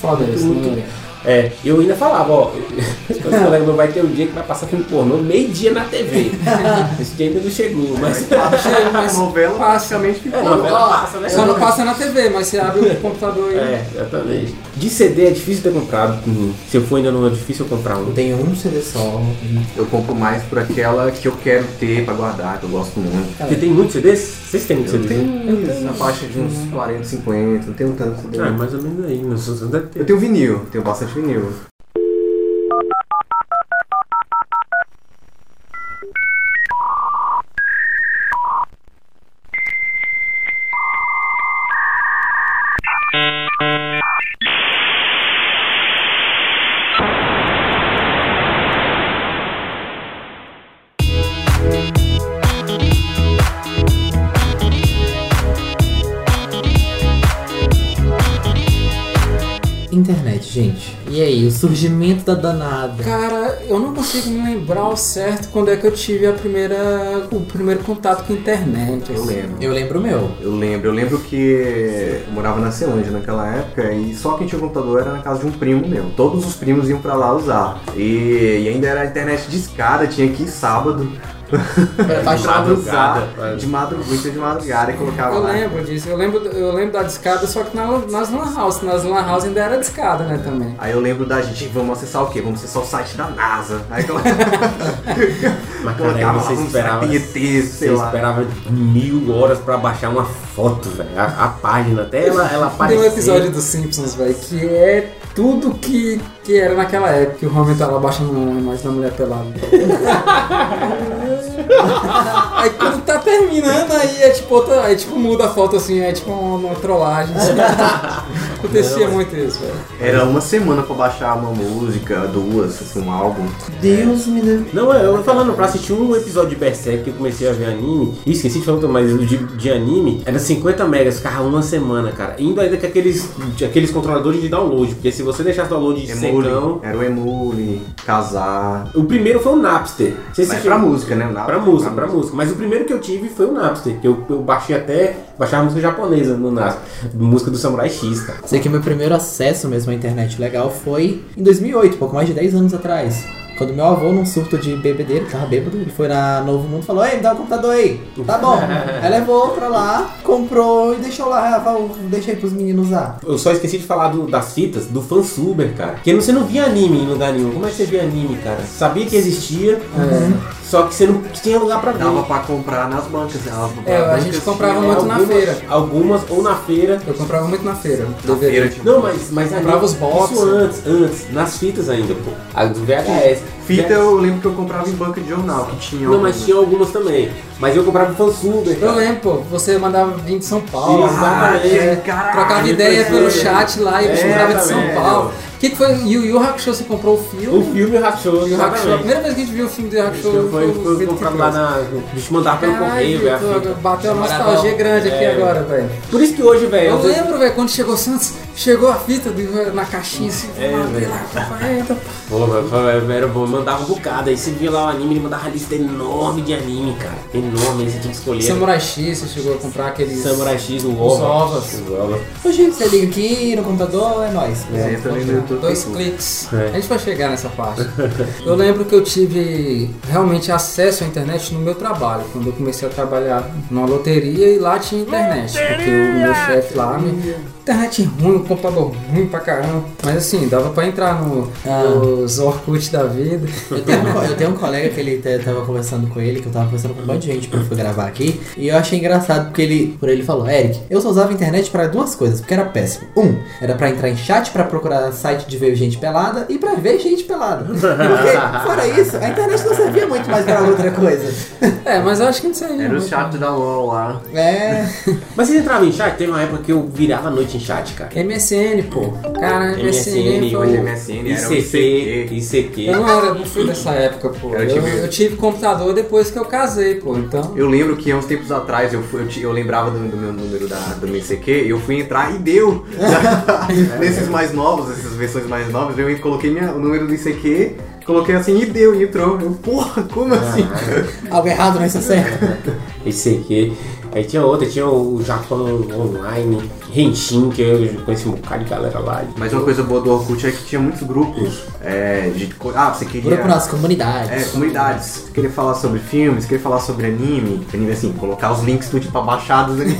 Foda isso, né?
É, eu ainda falava, ó, os colegas meus vai ter um dia que vai passar filme pornô meio-dia na TV. Esse dia ainda não chegou, mas.
A novela basicamente
É,
ficou.
novela passa, né?
Só não passa na TV, mas você abre o computador aí.
É, exatamente. De CD é difícil ter comprado. Hum, Se eu for ainda não é difícil eu comprar um.
Tem um CD só.
Eu compro mais por aquela que eu quero ter pra guardar, que eu gosto muito.
Porque tem muitos CDs? Vocês têm muitos
Eu
CDs? né?
tenho isso, na faixa de uns 40, 50, não tenho tanto. CD.
Ah, mais ou menos aí, meu Deus, deve ter.
Eu tenho vinil, tenho bastante vinil.
Internet, gente. E aí, o surgimento da danada.
Cara, eu não consigo me lembrar ao certo quando é que eu tive a primeira, o primeiro contato com a internet.
Eu
assim.
lembro.
Eu lembro o meu.
Eu lembro, eu lembro que eu morava na Ceilândia naquela época e só quem tinha computador era na casa de um primo meu. Todos os primos iam pra lá usar. E, e ainda era a internet de escada, tinha que ir sábado.
Era
de madrugada.
madrugada.
De madrugada, muito de madrugada e colocava
Eu
lá.
lembro disso, eu lembro, eu lembro da discada, só que na- nas lan house, nas lan house ainda era discada, né, também.
Aí eu lembro da gente, vamos acessar o quê? Vamos acessar o site da NASA. Aí colo-
Mas cara,
colocava lá
você
uns
esperava. né?
PET, sei
Você
lá.
esperava mil horas pra baixar uma foto, velho. A, a página até ela,
Tem
ela aparecer.
um episódio dos Simpsons, velho, que é tudo que, que era naquela época. que O Homer tá lá baixando uma imagem da mulher pelada. aí quando tá terminando, aí é tipo, outra, aí, tipo muda a foto assim, é tipo uma, uma trollagem. assim. Acontecia muito isso, velho.
Era uma semana pra baixar uma música, duas, assim, um álbum.
Deus me livre.
Não, é, eu falando, pra assistir um episódio de Berserk que eu comecei a ver anime, e esqueci de falar, mas o de, de anime era 50 megas, ficava uma semana, cara. Indo ainda com aqueles, de aqueles controladores de download, porque se você deixasse o download de
Emule.
secão.
Era o Emule, Casar.
O primeiro foi o Napster. Não sei se
Mas
você-
pra música, né? Nada-
Pra música, pra música. Mas o primeiro que eu tive foi o Napster, que eu, eu baixei até. Baixava música japonesa no Napster. Música do Samurai X, cara.
Sei que meu primeiro acesso mesmo à internet legal foi em 2008, pouco mais de 10 anos atrás. Quando meu avô, num surto de bebedeira, ele tava bêbado, ele foi na Novo Mundo e falou: Ei, me dá o computador aí. Tá bom. aí levou pra lá, comprou e deixou lá. ah, Val, Deixa aí pros meninos usar.
Eu só esqueci de falar do- das fitas, do fansuber, cara. Porque você não via anime em lugar nenhum. Como é que você via anime, cara? Sabia que existia,
Uhum.
só que você não tinha lugar pra ver.
Dava pra comprar nas bancas. né? Dava pra
É, a
bancas,
gente comprava
tinha-
muito na
Algumas-
feira.
Algumas ou na feira.
Eu comprava muito na feira.
Na
DVD.
feira, tipo,
Não, mas, mas anime-
Comprava os box.
Isso antes, antes. Nas fitas ainda, pô. A do VHS.
Fita eu lembro que eu comprava em banca de jornal, que tinha
Não,
um-
mas tinha algumas também. Mas eu comprava fansuber,
Eu
cara.
lembro, pô, você mandava vir de São Paulo.
Ah,
Exatamente.
é, trocava
Caralho,
ideia
pois
pelo
é.
chat lá e mandava de São
Exatamente.
Paulo. O que, que foi? E o Yu Hakusho, você comprou o filme?
O filme rachou,
Yu Hakusho. A
exatamente.
primeira vez que a gente viu o filme do Yu Hakusho
Foi, foi,
o Vitor que
comprado lá
trouxe.
na. Bicho mandar pelo correio, velho.
Caralho,
a
Vitor,
fita.
bateu uma
Chamarada,
nostalgia grande aqui
é.
agora, velho.
Por isso que hoje, velho.
Eu
às vezes-
lembro, velho, quando chegou o Santos, chegou a fita do- na caixinha assim,
É,
vamos abrir
velho.
lá, papai, entra.
Pô, mas era bom, mandava um bocado. Aí você via lá o anime, ele mandava uma lista enorme de anime, cara. Enorme, aí você tinha que escolher.
Samurai X, você chegou a comprar aqueles.
Samurai X, o
Os
Ova.
ovos.
Os ovos.
Hoje você liga aqui no computador, é nóis.
É, eu também lembro tudo.
Dois
Tem tudo.
cliques.
É.
A gente vai chegar nessa parte. Eu lembro que eu tive realmente acesso à internet no meu trabalho, quando eu comecei a trabalhar numa loteria e lá tinha internet. Porque o meu chefe lá me. Internet ruim, um computador ruim pra caramba. Mas assim, dava pra entrar no, nos Orkut da vida.
Eu tenho, um, co- eu tenho um colega que ele te- tava conversando com ele, que eu tava conversando com um monte de gente quando eu fui gravar aqui, e eu achei engraçado porque ele, por ele falou, Eric, eu só usava a internet pra duas coisas, porque era péssimo. Um, era pra entrar em chat, pra procurar site de ver gente pelada e pra ver gente pelada. Porque, fora isso, a internet não servia muito mais pra outra coisa.
É, mas eu acho que não sei.
Era o chat da LOL lá.
É.
Mas vocês entravam em chat? Teve uma época que eu virava a noite em chat, cara.
MSN, pô. Cara, MSN,
MSN,
pô.
hoje é
MSN, era o
ICQ,
Eu
ICQ.
não era, não fui dessa época, pô.
Era
Eu,
tipo-
eu tive computador depois que eu casei, pô. Então.
Eu lembro que há uns tempos atrás eu, fui- eu, ti- eu lembrava do, do meu número da, do meu ICQ e eu fui entrar e deu. Nesses mais novos, essas versões mais novas, eu coloquei minha- o número do ICQ, coloquei assim e deu, e entrou. Eu, porra, como assim?
Algo errado não está certo.
ICQ. Aí tinha outra, tinha o Japão Online, Henshin, que eu conheci um bocado de galera lá.
Mas uma coisa boa do Orkut é que tinha muitos grupos é, de. co- Ah, você queria.
Grupo nas comunidades.
É, comunidades. Você queria falar sobre filmes, queria falar sobre anime, anime assim, colocar os links tudo tipo abaixados ali.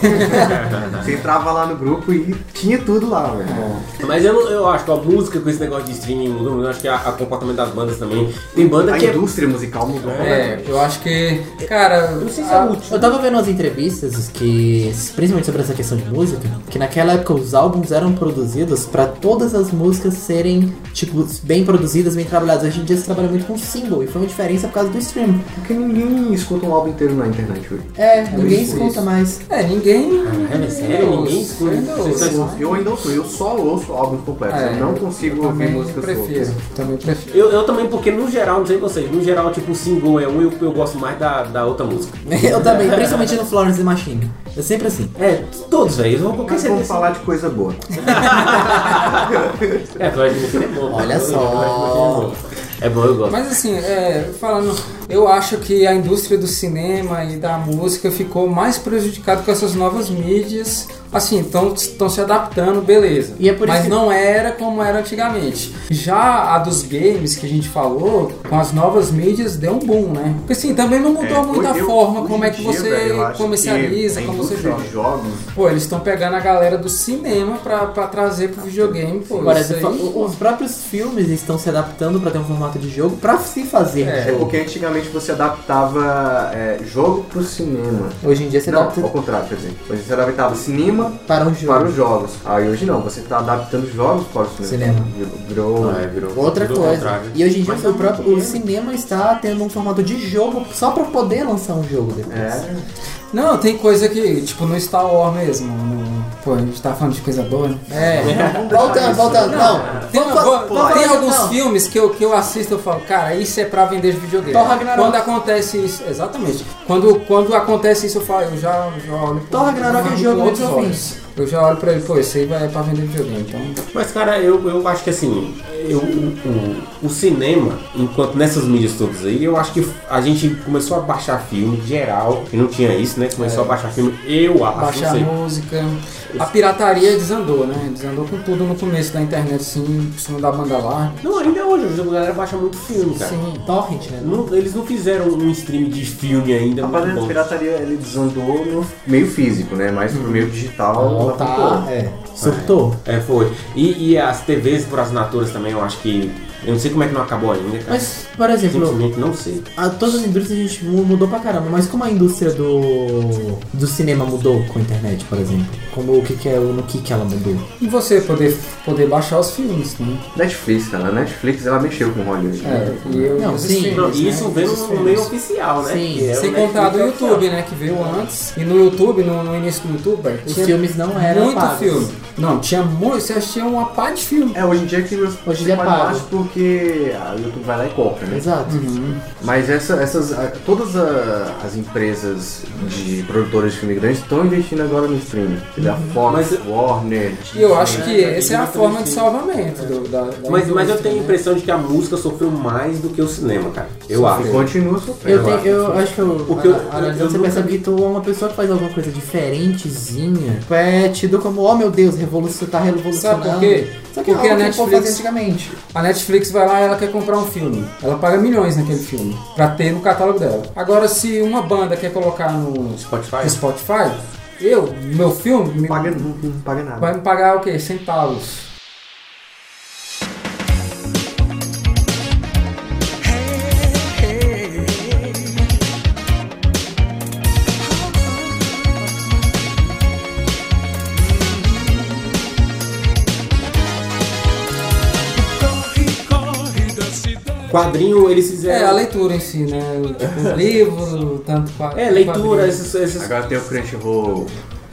você entrava lá no grupo e tinha tudo lá, velho.
Mas eu, não- eu acho que a música com esse negócio de streaming mudou muito. Eu acho que a- a comportamento das bandas também. Tem banda
A
que é
indústria musical mudou.
É, eu acho que. Cara,
Eu não sei se é útil.
Eu tava vendo umas entrevistas que, principalmente sobre essa questão de música, que naquela época os álbuns eram produzidos pra todas as músicas serem, tipo, bem produzidas, bem trabalhadas. Hoje em dia se trabalha muito com single, e foi uma diferença por causa do stream.
Porque ninguém escuta um álbum inteiro na internet hoje.
É, ninguém
isso,
escuta
isso.
mais.
É, ninguém.
Caralho, é sério? Ninguém escuta.
Ainda
Vocês
ouço.
só-
Eu ainda ouço, eu só ouço álbuns completos.
É,
eu não consigo ouvir
Também
músicas
prefiro.
soltas.
Também prefiro.
Eu, eu também, porque no geral, não sei vocês, no geral, tipo, o single é um e eu, eu gosto mais da, da outra música.
Eu também, principalmente no Florence and the Machine. É sempre assim.
É, todos, velho. Eles vão qualquer
Mas vamos
serviço.
falar de coisa boa.
É, Cláudio de Mofina é bom.
Olha
Cláudio de
só.
Mofina é bom. É bom, eu gosto.
Mas assim, é, falando, eu acho que a indústria do cinema e da música ficou mais prejudicada com essas novas mídias. Assim, estão se adaptando, beleza.
E é por isso
Mas
que-
não era como era antigamente. Já a dos games que a gente falou, com as novas mídias, deu um boom, né? Porque assim, também não mudou
É,
muito a
hoje-
forma
hoje
como é
em
que
dia,
você
velho, eu acho que
comercializa,
a
como você
indústria
joga.
de jogos
Pô, eles estão pegando a galera do cinema pra, pra trazer pro videogame, pô.
Agora,
isso aí-
os próprios filmes estão se adaptando pra ter um formato de jogo pra se fazer
É.
É
jogo.
porque antigamente você adaptava é, jogo pro cinema.
Hoje em dia você
não,
adapta
ao contrário, quer dizer. Hoje você adaptava cinema
para um jogo.
para os jogos. Aí hoje não, você tá adaptando jogos para o cinema.
Cinema.
Virou- Virou.
Ah, é, virou-
Outra
virou
coisa.
contrário.
E hoje em dia
Mas
o,
tá
próprio,
muito
o
bem.
cinema está tendo um formato de jogo só pra poder lançar um jogo depois.
É.
Não, tem coisa que, tipo, no Star Wars mesmo. no- Pô, a gente tá falando de coisa boa, né?
É. Voltando, voltando. Não.
Tem,
Vamos fa-
vou-
vamos falar
tem
disso, então.
alguns
não.
filmes que eu, que eu assisto e falo, cara, isso é pra vender videogame.
Thor Ragnarok.
Quando acontece isso, exatamente. Quando, quando acontece isso, eu falo, eu já, já olho pro-
Thor Ragnarok é um jogo
com outros
muito
olhos. Eu já olho pra ele, pô, isso aí vai é pra vender videogame. Então,
Mas, cara, eu, eu acho que assim, eu, o, o- o cinema, enquanto nessas mídias todas aí, eu acho que a gente começou a baixar filme geral, que não tinha isso, né? Começou a baixar filme, eu acho,
É. baixar
não
a
sei.
música. A pirataria desandou, né? Desandou com tudo no começo da internet, assim, por cima da banda larga.
Não, ainda hoje, hoje a galera baixa muito filme, cara.
Sim.
Torrent, né?
Não- eles não fizeram um stream de filme ainda
A
muito
parada da
bom.
pirataria ele desandou no meio físico, né? Mas pro meio digital. ela voltou.
Tá, é. Surtou.
É, foi. E, e as TVs por assinaturas também, eu acho que. Eu não sei como é que não acabou ainda, cara.
Mas, por exemplo,
Simplesmente não sei.
a, todas as indústrias a gente mu- mudou pra caramba, mas como a indústria do, do cinema mudou com a internet, por exemplo? Como o que, que é, no que, que ela mudou?
E você poder, poder baixar os filmes, né?
Netflix, cara. A Netflix ela mexeu com Hollywood. né?
É, e eu,
Não,
os
sim.
streams,
Não,
né?
isso vem
Os
no
streams.
meio oficial, né?
Sim.
Que é o
Sem
Netflix
contar do
oficial.
YouTube, né? Que veio antes. E no YouTube, no, no início do YouTube, velho,
Os
tinha
filmes não eram
muito
pagos.
filme. Não, tinha muito. Você assistia uma pá de filme.
É, hoje em dia que você
Hoje em dia é
faz
pago.
mais porque a YouTube vai lá e compra, né?
Exato.
Uhum.
Mas essa, essas, a- todas a- as empresas de produtoras de filme grandes estão investindo agora no streaming. Da Fox,
Mas-
Warner.
E eu acho que
é,
essa é a
muito
forma de
difícil.
salvamento do, da, da
Mas, mas eu
indústria,
tenho a
né?
impressão de que a música sofreu mais do que o cinema, cara. Eu
E
acho.
continua sofrendo.
Eu, tenho, eu acho que eu,
Porque eu-
a- a-
eu- eu
você
nunca-
percebe que tu é uma pessoa que faz alguma coisa diferentezinha. É tido como, oh meu Deus, revolução, tá revolucionando.
Sabe por quê?
Só que é
Porque
algo
a
que o povo
Netflix-
fazia antigamente.
A Netflix vai lá e ela quer comprar um filme. Ela paga milhões naquele filme pra ter no catálogo dela. Agora, se uma banda quer colocar no no
Spotify.
Spotify, eu, meu filme, me-
Paga, não, não paga nada.
vai me pagar o quê? Centavos.
Quadrinho, eles
É, a
fizeram.
leitura em si, né? Tipo, livro, tanto quadro.
É, leitura, esses. esses...
Agora tem o Crunchyroll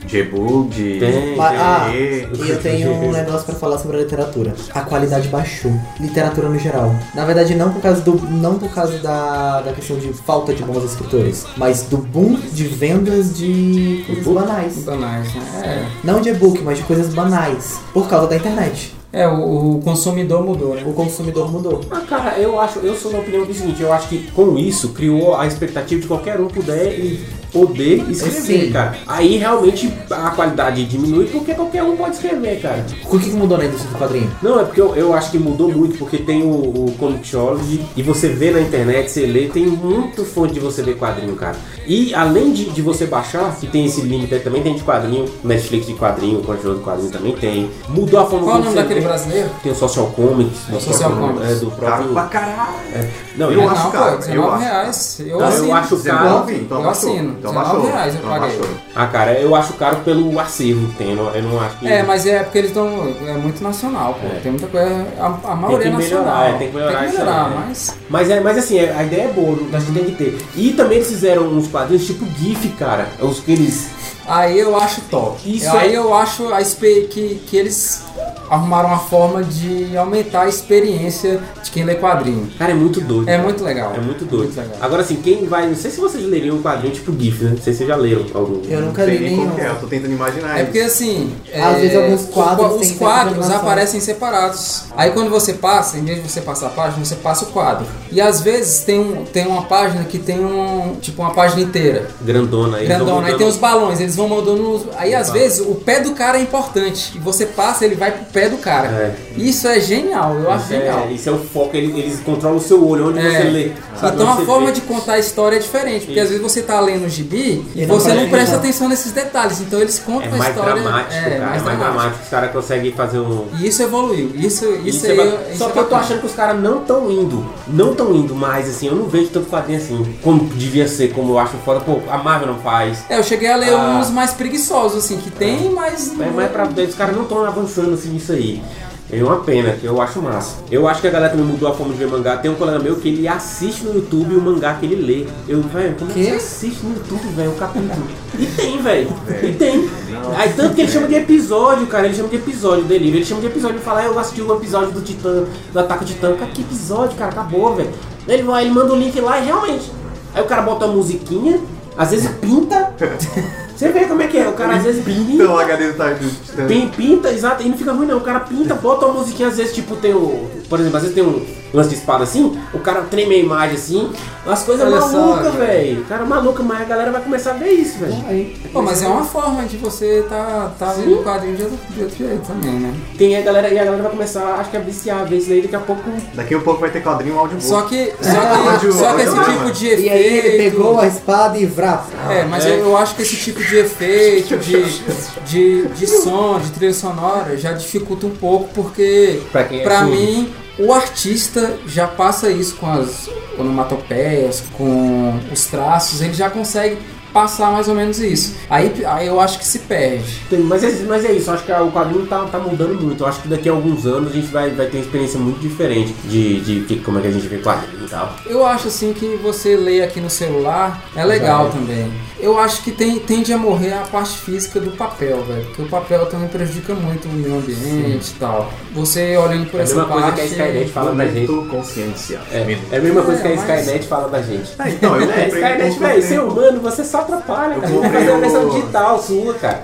J-Bug.
Tem,
Mas,
tem.
ah,
E-
e eu tenho um negócio pra falar sobre a literatura. A qualidade baixou. Literatura no geral. Na verdade, não por causa do. Não por causa da, da questão de falta de bons escritores, mas do boom de vendas de coisas banais.
Banais, né?
Não de e-book, mas de coisas banais. Por causa da internet.
É, é o, o consumidor mudou, né?
O consumidor mudou.
Ah, cara, eu acho, eu sou da opinião do seguinte, eu acho que com isso criou a expectativa de qualquer um puder e poder escrever,
Sim.
cara. Aí realmente a qualidade diminui porque qualquer um pode escrever, cara.
O que, que mudou na indústria do quadrinho?
Não, é porque eu, eu acho que mudou muito, porque tem o, o Comixology e você vê na internet, você lê, tem muito fonte de você ver quadrinho, cara. E além de, de você baixar, que tem esse limite aí também, tem de quadrinho, Netflix de quadrinho, Crunchyroll de quadrinho também tem. Mudou a forma
Qual é o
como
nome
você
daquele
vê.
brasileiro?
Tem o Social Comics, do
Social
próprio-
Comics.
é, do
Caro pra
próprio...
caralho.
É, não,
Eu
é-
acho
não,
caro,
pô,
eu
19
acho.
reais. Eu
Não, eu
assino.
acho
Dezenove,
caro.
Então
Eu
baixou.
assino.
Então
19
baixou.
reais eu
então
paguei.
baixou.
Ah, cara, eu acho caro pelo acervo que tem, eu não, eu não acho que...
É, mas é porque eles estão. É muito nacional, pô. Tem muita coisa. A, a maioria é
melhorar,
nacional.
é, tem É. que melhorar isso aí, né?
mas.
Mas, é, mas assim, é- a ideia é boa, eu acho que tem que ter. E também eles fizeram uns quadrinhos tipo GIF, cara. Os que eles...
Aí eu acho top.
Isso
aí
é-
eu acho a espe- que, que eles arrumaram uma forma de aumentar a experiência de quem lê quadrinho.
Cara, é muito doido.
É muito legal.
É muito doido.
legal.
Agora assim, quem vai. Não sei se vocês leriam um quadrinho tipo GIF, né? Não sei se vocês já leram algum.
Eu
Não
nunca
sei
li
nem
nenhum.
como que é, eu tô tentando imaginar
É
isso.
porque assim.
Às
é,
vezes alguns quadros
Os
têm que ter
quadros
programação.
aparecem separados. Aí quando você passa, em vez de você passar a página, você passa o quadro. E às vezes tem, um, tem uma página que tem um. Tipo, uma página inteira.
Grandona aí.
Grandão,
Então,
aí tem os balões, eles vão mandando. os- Aí às vezes o pé do cara é importante. E você passa, ele vai pro pé do cara.
É.
Isso é genial, eu acho genial.
É, isso é o foco, ele- eles controlam o seu olho, onde
É.
você lê. sabe?
Então
Onde
a
você
forma
vê.
de contar a história é diferente, porque às vezes você tá lendo o gibi e,
E não
você não
parece
presta
legal.
atenção nesses detalhes. Então eles
É
contam a
mais
história.
dramático, cara. É mais dramático. Os caras conseguem fazer um.
E isso evoluiu. Isso, isso,
Isso é
aí,
ba-
isso
Só
é
que eu tô
bacana.
achando que os caras não tão indo. Não tão indo mais, assim. Eu não vejo tanto quadrinho assim. Como devia ser, como eu acho fora. Pô, a Marvel não faz.
É, eu cheguei a ler
Ah.
uns mais preguiçosos, assim, que tem, mas.
É mais pra frente, os caras não estão avançando assim nisso aí. É uma pena, que eu acho massa. Eu acho que a galera também mudou a forma de ver mangá. Tem um colega meu que ele assiste no YouTube o mangá que ele lê. Eu, velho, como é que
Quê?
você assiste no YouTube, velho, o capítulo? E tem, velho. E tem. Aí tanto que ele chama de episódio, cara. Ele chama de episódio dele. Ele chama de episódio e fala, ah, eu assisti um episódio do Titã, do Ataque Titã. Cara, que episódio, cara? Acabou, velho. Ele vai, ele manda o link lá e realmente. Aí o cara bota uma musiquinha, às vezes pinta. Você vê como é que é, o cara às vezes pinta.
Então, o HD tá distante.
Pin- pinta, exato, e não fica ruim não. O cara pinta, bota uma musiquinha, às vezes, tipo, tem o. Por exemplo, às vezes tem um lance de espada assim, o cara treme a imagem assim, as coisas
Olha só, né?
malucas,
cara.
velho. O cara é maluco, mas a galera vai começar a ver isso, velho.
Pô, mas é uma forma de você tá, tá vendo o quadrinho de outro, de outro jeito também, né?
Tem a galera, e a galera vai começar, acho que a viciar a ver isso daí, daqui a pouco.
Daqui a pouco vai ter quadrinho áudio
Só
É.
que. Só que,
ódio,
só que
ódio,
esse
né,
tipo
mano?
de
E
efeito.
aí ele pegou a espada e vrá.
É, mas Eu, eu acho que esse tipo de efeito, de, de, de som, de trilha sonora, já dificulta um pouco, porque
Pra quem é
pra
surdo.
mim o artista já passa isso com as onomatopeias, com os traços, ele já consegue passar mais ou menos isso. Aí, aí eu acho que se perde.
Tem- mas, é, mas é isso, acho que a- o quadrinho tá, tá mudando muito. Eu acho que daqui a alguns anos a gente vai, vai ter uma experiência muito diferente de, de, que- como é que a gente vê quadrinho e tal.
Eu acho assim que você ler aqui no celular é legal também. Eu acho que tem, tende a morrer a parte física do papel, velho. Porque o papel também prejudica muito o meio ambiente e tal. Você olhando por
É a
essa
mesma coisa que a
parte-
Skynet fala da gente.
Momento consciência.
É, é a mesma coisa que a
É, mas-
Skynet fala da gente.
Ah, então, eu
É,
comprei.
Skynet,
eu
velho,
comprei-
ser humano, você só atrapalha, cara.
Eu comprei
Fazer uma
o-
versão digital sua, cara.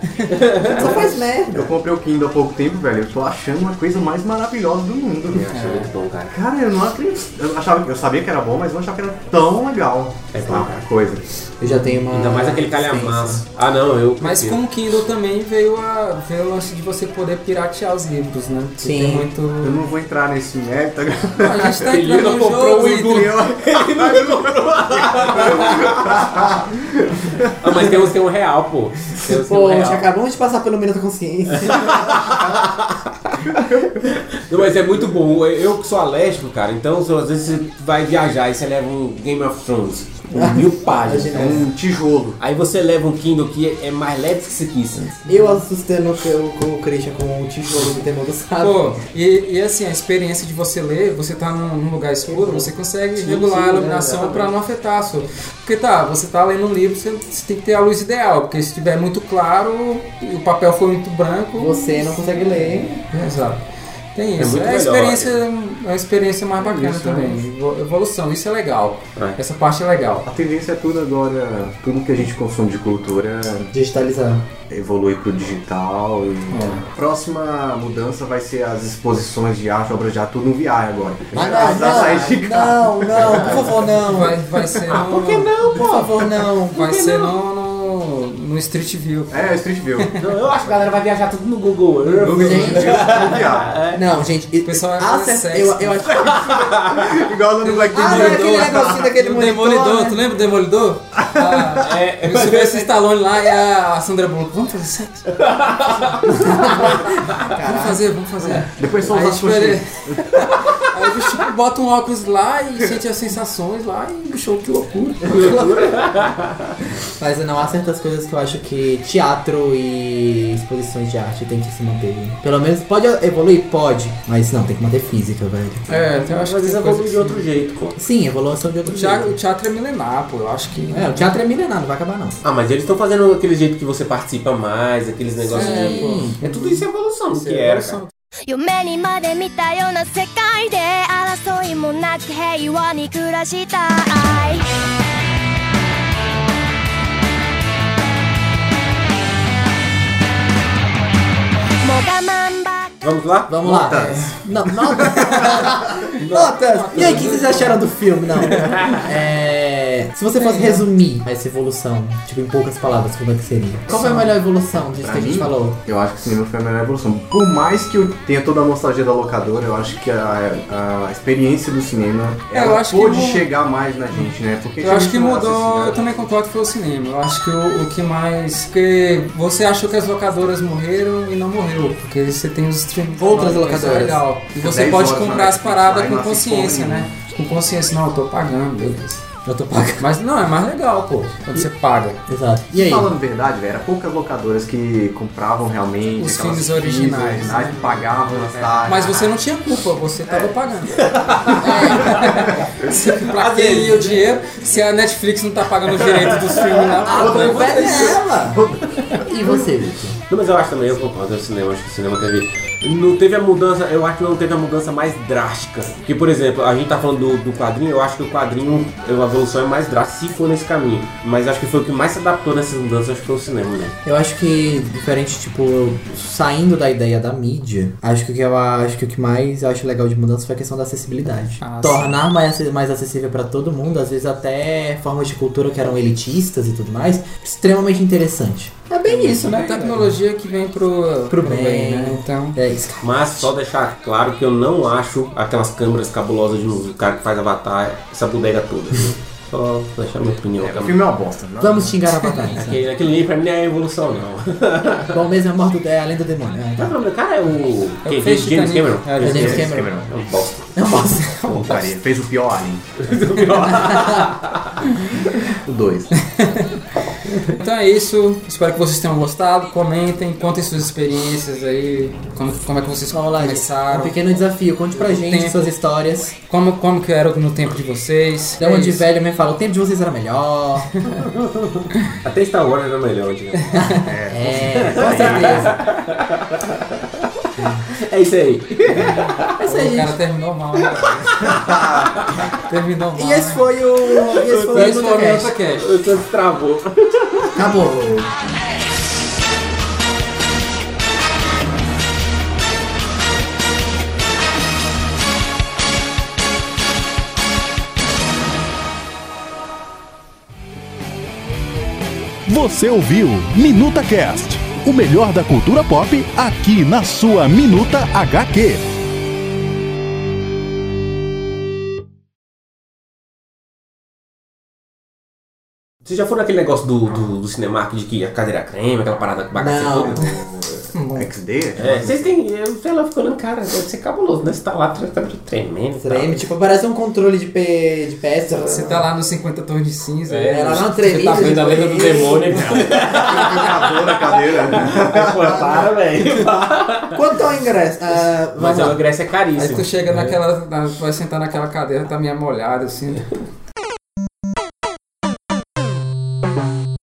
Só faz merda.
Eu comprei o Kindle há pouco tempo, velho. Eu tô achando uma coisa mais maravilhosa do mundo.
Achei muito bom, cara.
Cara, eu não acredito. Eu, achava, eu sabia que era bom, mas não achava que era tão legal.
É bom,
Ah,
cara.
coisa.
Eu já tenho uma.
Ainda mais aquele calhamaço. Ah, não, eu.
Mas
prefiro.
com o Kindle também veio, a, veio o lance de você poder piratear os livros, né? Porque
Sim.
Tem muito...
Eu não vou entrar nesse mérito agora.
A gente tá
Ele
entrando
nunca
no
comprou
jogo,
o Igor.
entendeu?
Ele nunca comprou. ah, mas tem uns que é um real, pô. Tem uns que é um
Pô, já
real.
acabamos de passar pelo Minuto Consciência.
Não, Mas é muito bom. Eu que sou alérgico, cara, então se- às vezes você vai viajar e você leva um Game of Thrones. Um mil páginas.
Imagina.
é um-
Um tijolo.
Aí você leva um Kindle que é mais leve que isso aqui. sabe?
Eu assustando o, o, o Christian com o tijolo do Temor do Sábado.
Pô, e, e assim, a experiência de você ler, você tá num, num lugar escuro, você consegue regular
sim,
a
né,
iluminação
exatamente.
pra não afetar a sua. Porque tá, você tá lendo um livro, você, você tem que ter a luz ideal, porque se tiver muito claro e o papel for muito branco... é,
Você não consegue ler.
Exato. Tem isso.
muito
É, a
melhor.
experiência, é uma experiência mais bacana
Isso,
também. Evo- Evolução, isso é legal.
É.
Essa parte é legal.
A tendência é tudo agora, tudo que a gente consome de cultura né?
Digitalizar.
evolui pro digital e. Próxima mudança vai ser as exposições de arte, obras de arte, tudo no VR agora.
Ah,
Vai precisar sair de casa.
não, não, não, por favor, não.
Vai, vai ser no,
não, Por favor, não.
vai ser no, no, no Street View.
É, Street View.
Não, eu acho que a galera vai viajar tudo no Google Earth.
Google Street View no VR.
Não, gente, o
pessoal é
acesso,
mais
eu, eu acho que
Igual no Black
Ah,
Mirror.
é aquele negocinho daquele
O
monitor,
Demolidor,
né?
tu lembra do Demolidor? Ah,
É,
eu subi esse Stallone lá e a Sandra Bullock, vamos fazer sexo? vamos fazer, vamos fazer.
Depois são
Aí,
os
tipo, ele... Aí o bicho tipo, bota um óculos lá e sente as sensações lá e o bicho, que loucura.
Mas não há certas coisas que eu acho que teatro e exposições de arte tem que se manter. né? Pelo menos pode evoluir? Pode. Mas não, tem que manter física, velho.
É, então eu acho
Às
que
vezes
tem
eu
coisa
vou de
que-
outro jeito, pô.
Sim, evolução de outro
O teatro,
jeito.
o teatro é milenar, pô. Eu acho que.
É, o teatro é milenar, não vai acabar não.
Ah, mas eles estão fazendo aquele jeito que você participa mais, aqueles negócios
É,
de.
pô.
É tudo isso é evolução, do que
é
era,
evolução.
cara.
夢にまで見たような世界で争いもなく平和に暮らしたいもがまんばっか
Vamos lá?
Vamos lá. É,
Notas.
Não, notas. notas. E aí, o que vocês acharam do filme? Não. É, se você fosse resumir essa evolução, tipo, em poucas palavras, como é que seria? Qual foi a melhor evolução disso
Pra
que a gente
mim,
falou?
Eu acho que o cinema foi a melhor evolução. Por mais que eu tenha toda a nostalgia da locadora, eu acho que a, a experiência do cinema
É,
ela
eu acho que
pôde
mu-
chegar mais na gente, né? Porque
Eu
tinha
acho que
muito mais
mudou, eu
acessibilidade.
também concordo que foi o cinema. Eu acho que o, o que mais. Porque você achou que as locadoras morreram e não morreu. Porque você tem os streaming.
Outras
econômicos, isso é
locadoras.
Legal. E você
10
pode
horas na
comprar as
Netflix,
paradas
aí
com
não assiste
consciência,
porra
né? Com consciência, não, eu tô pagando, beleza.
Eu tô paga.
Mas não, é mais legal, pô, quando você paga.
Exato. E aí?
Falando a verdade, velho, era poucas locadoras que compravam realmente
Os
aquelas
filmes originais, né?
que pagavam as taxas.
Mas você não tinha culpa, você tava pagando. É. Se- pra que ia o dinheiro se a Netflix não tá pagando o direito dos filmes lá?
A
pô,
culpa é dela. E você, Vitor?
Não, mas eu acho também, eu concordo, é o cinema, acho que o cinema teve. Não teve a mudança, eu acho que não teve a mudança mais drástica. Porque, por exemplo, a gente tá falando do, do quadrinho, eu acho que o quadrinho, a evolução é mais drástica se for nesse caminho. Mas acho que foi o que mais se adaptou nessas mudanças, acho que foi o cinema, né?
Eu acho que diferente, tipo, saindo da ideia da mídia, acho que o que eu acho que o que mais eu acho legal de mudança foi a questão da acessibilidade.
Ah, sim.
Tornar mais, acess- mais acessível pra todo mundo, às vezes até formas de cultura que eram elitistas e tudo mais, extremamente interessante. É bem isso,
É tecnologia que vem pro,
Pro bem.
né? Então.
É isso. cara.
Mas só deixar claro que eu não acho aquelas câmeras cabulosas de um cara que faz avatar, essa bodega toda. viu? Só deixar minha opinião.
O filme é uma bosta. Não?
Vamos xingar a batalha.
Aquele, aquele ali pra mim não é evolução, não.
Bom mesmo é a morte do é, além do demônio. É,
Mas
tá.
o nome do cara é o.
É
Quem
o Fez
fez James Cameron?
Titanic. É, o
James
Esse
Cameron.
Cameron.
É um bosta.
Eu posso.
Porcaria. Fez o pior Alien. o 2.
Então é isso. Espero que vocês tenham gostado. Comentem, contem suas experiências aí. Como, como é que vocês
Vamos lá, gente. Um
começaram.
pequeno desafio. Conte pra gente
Tempo.
suas histórias.
Como, como que era no tempo de vocês.
Dama de
é isso.
velho me fala, o tempo de vocês era melhor.
Até Star Wars era melhor, né? digamos.
É, com certeza.
É isso aí.
É isso aí,
O
gente.
cara terminou mal. né, cara? terminou mal.
E esse
né?
foi o. E esse foi o
Esse foi o
Minuto Cast.
Minutocast.
Eu tô travou.
Acabou.
Você ouviu Minuta Cast, o melhor da cultura pop aqui na sua Minuta HQ.
Vocês já foram naquele negócio do, do, do Cinemark de que a cadeira creme, aquela parada bagaceira
Não.
toda?
XD?
É, vocês têm. Eu sei lá, fico olhando, cara, deve ser cabuloso, né? Você tá lá, tá tremendo. tá?
Treme, tipo, parece um controle de, P... de peça.
Você tá lá nos 50 tons de cinza.
É,
né?
ela não
Você tá
tremida,
vendo a lenda do demônio.
Acabou na cadeira. né?
Pô, para, velho.
Quanto é o ingresso? Ah,
Mas
vamos
o
lá.
ingresso é
Aí
caríssimo.
tu chega naquela. na- vai sentar naquela cadeira, tá meio molhada assim.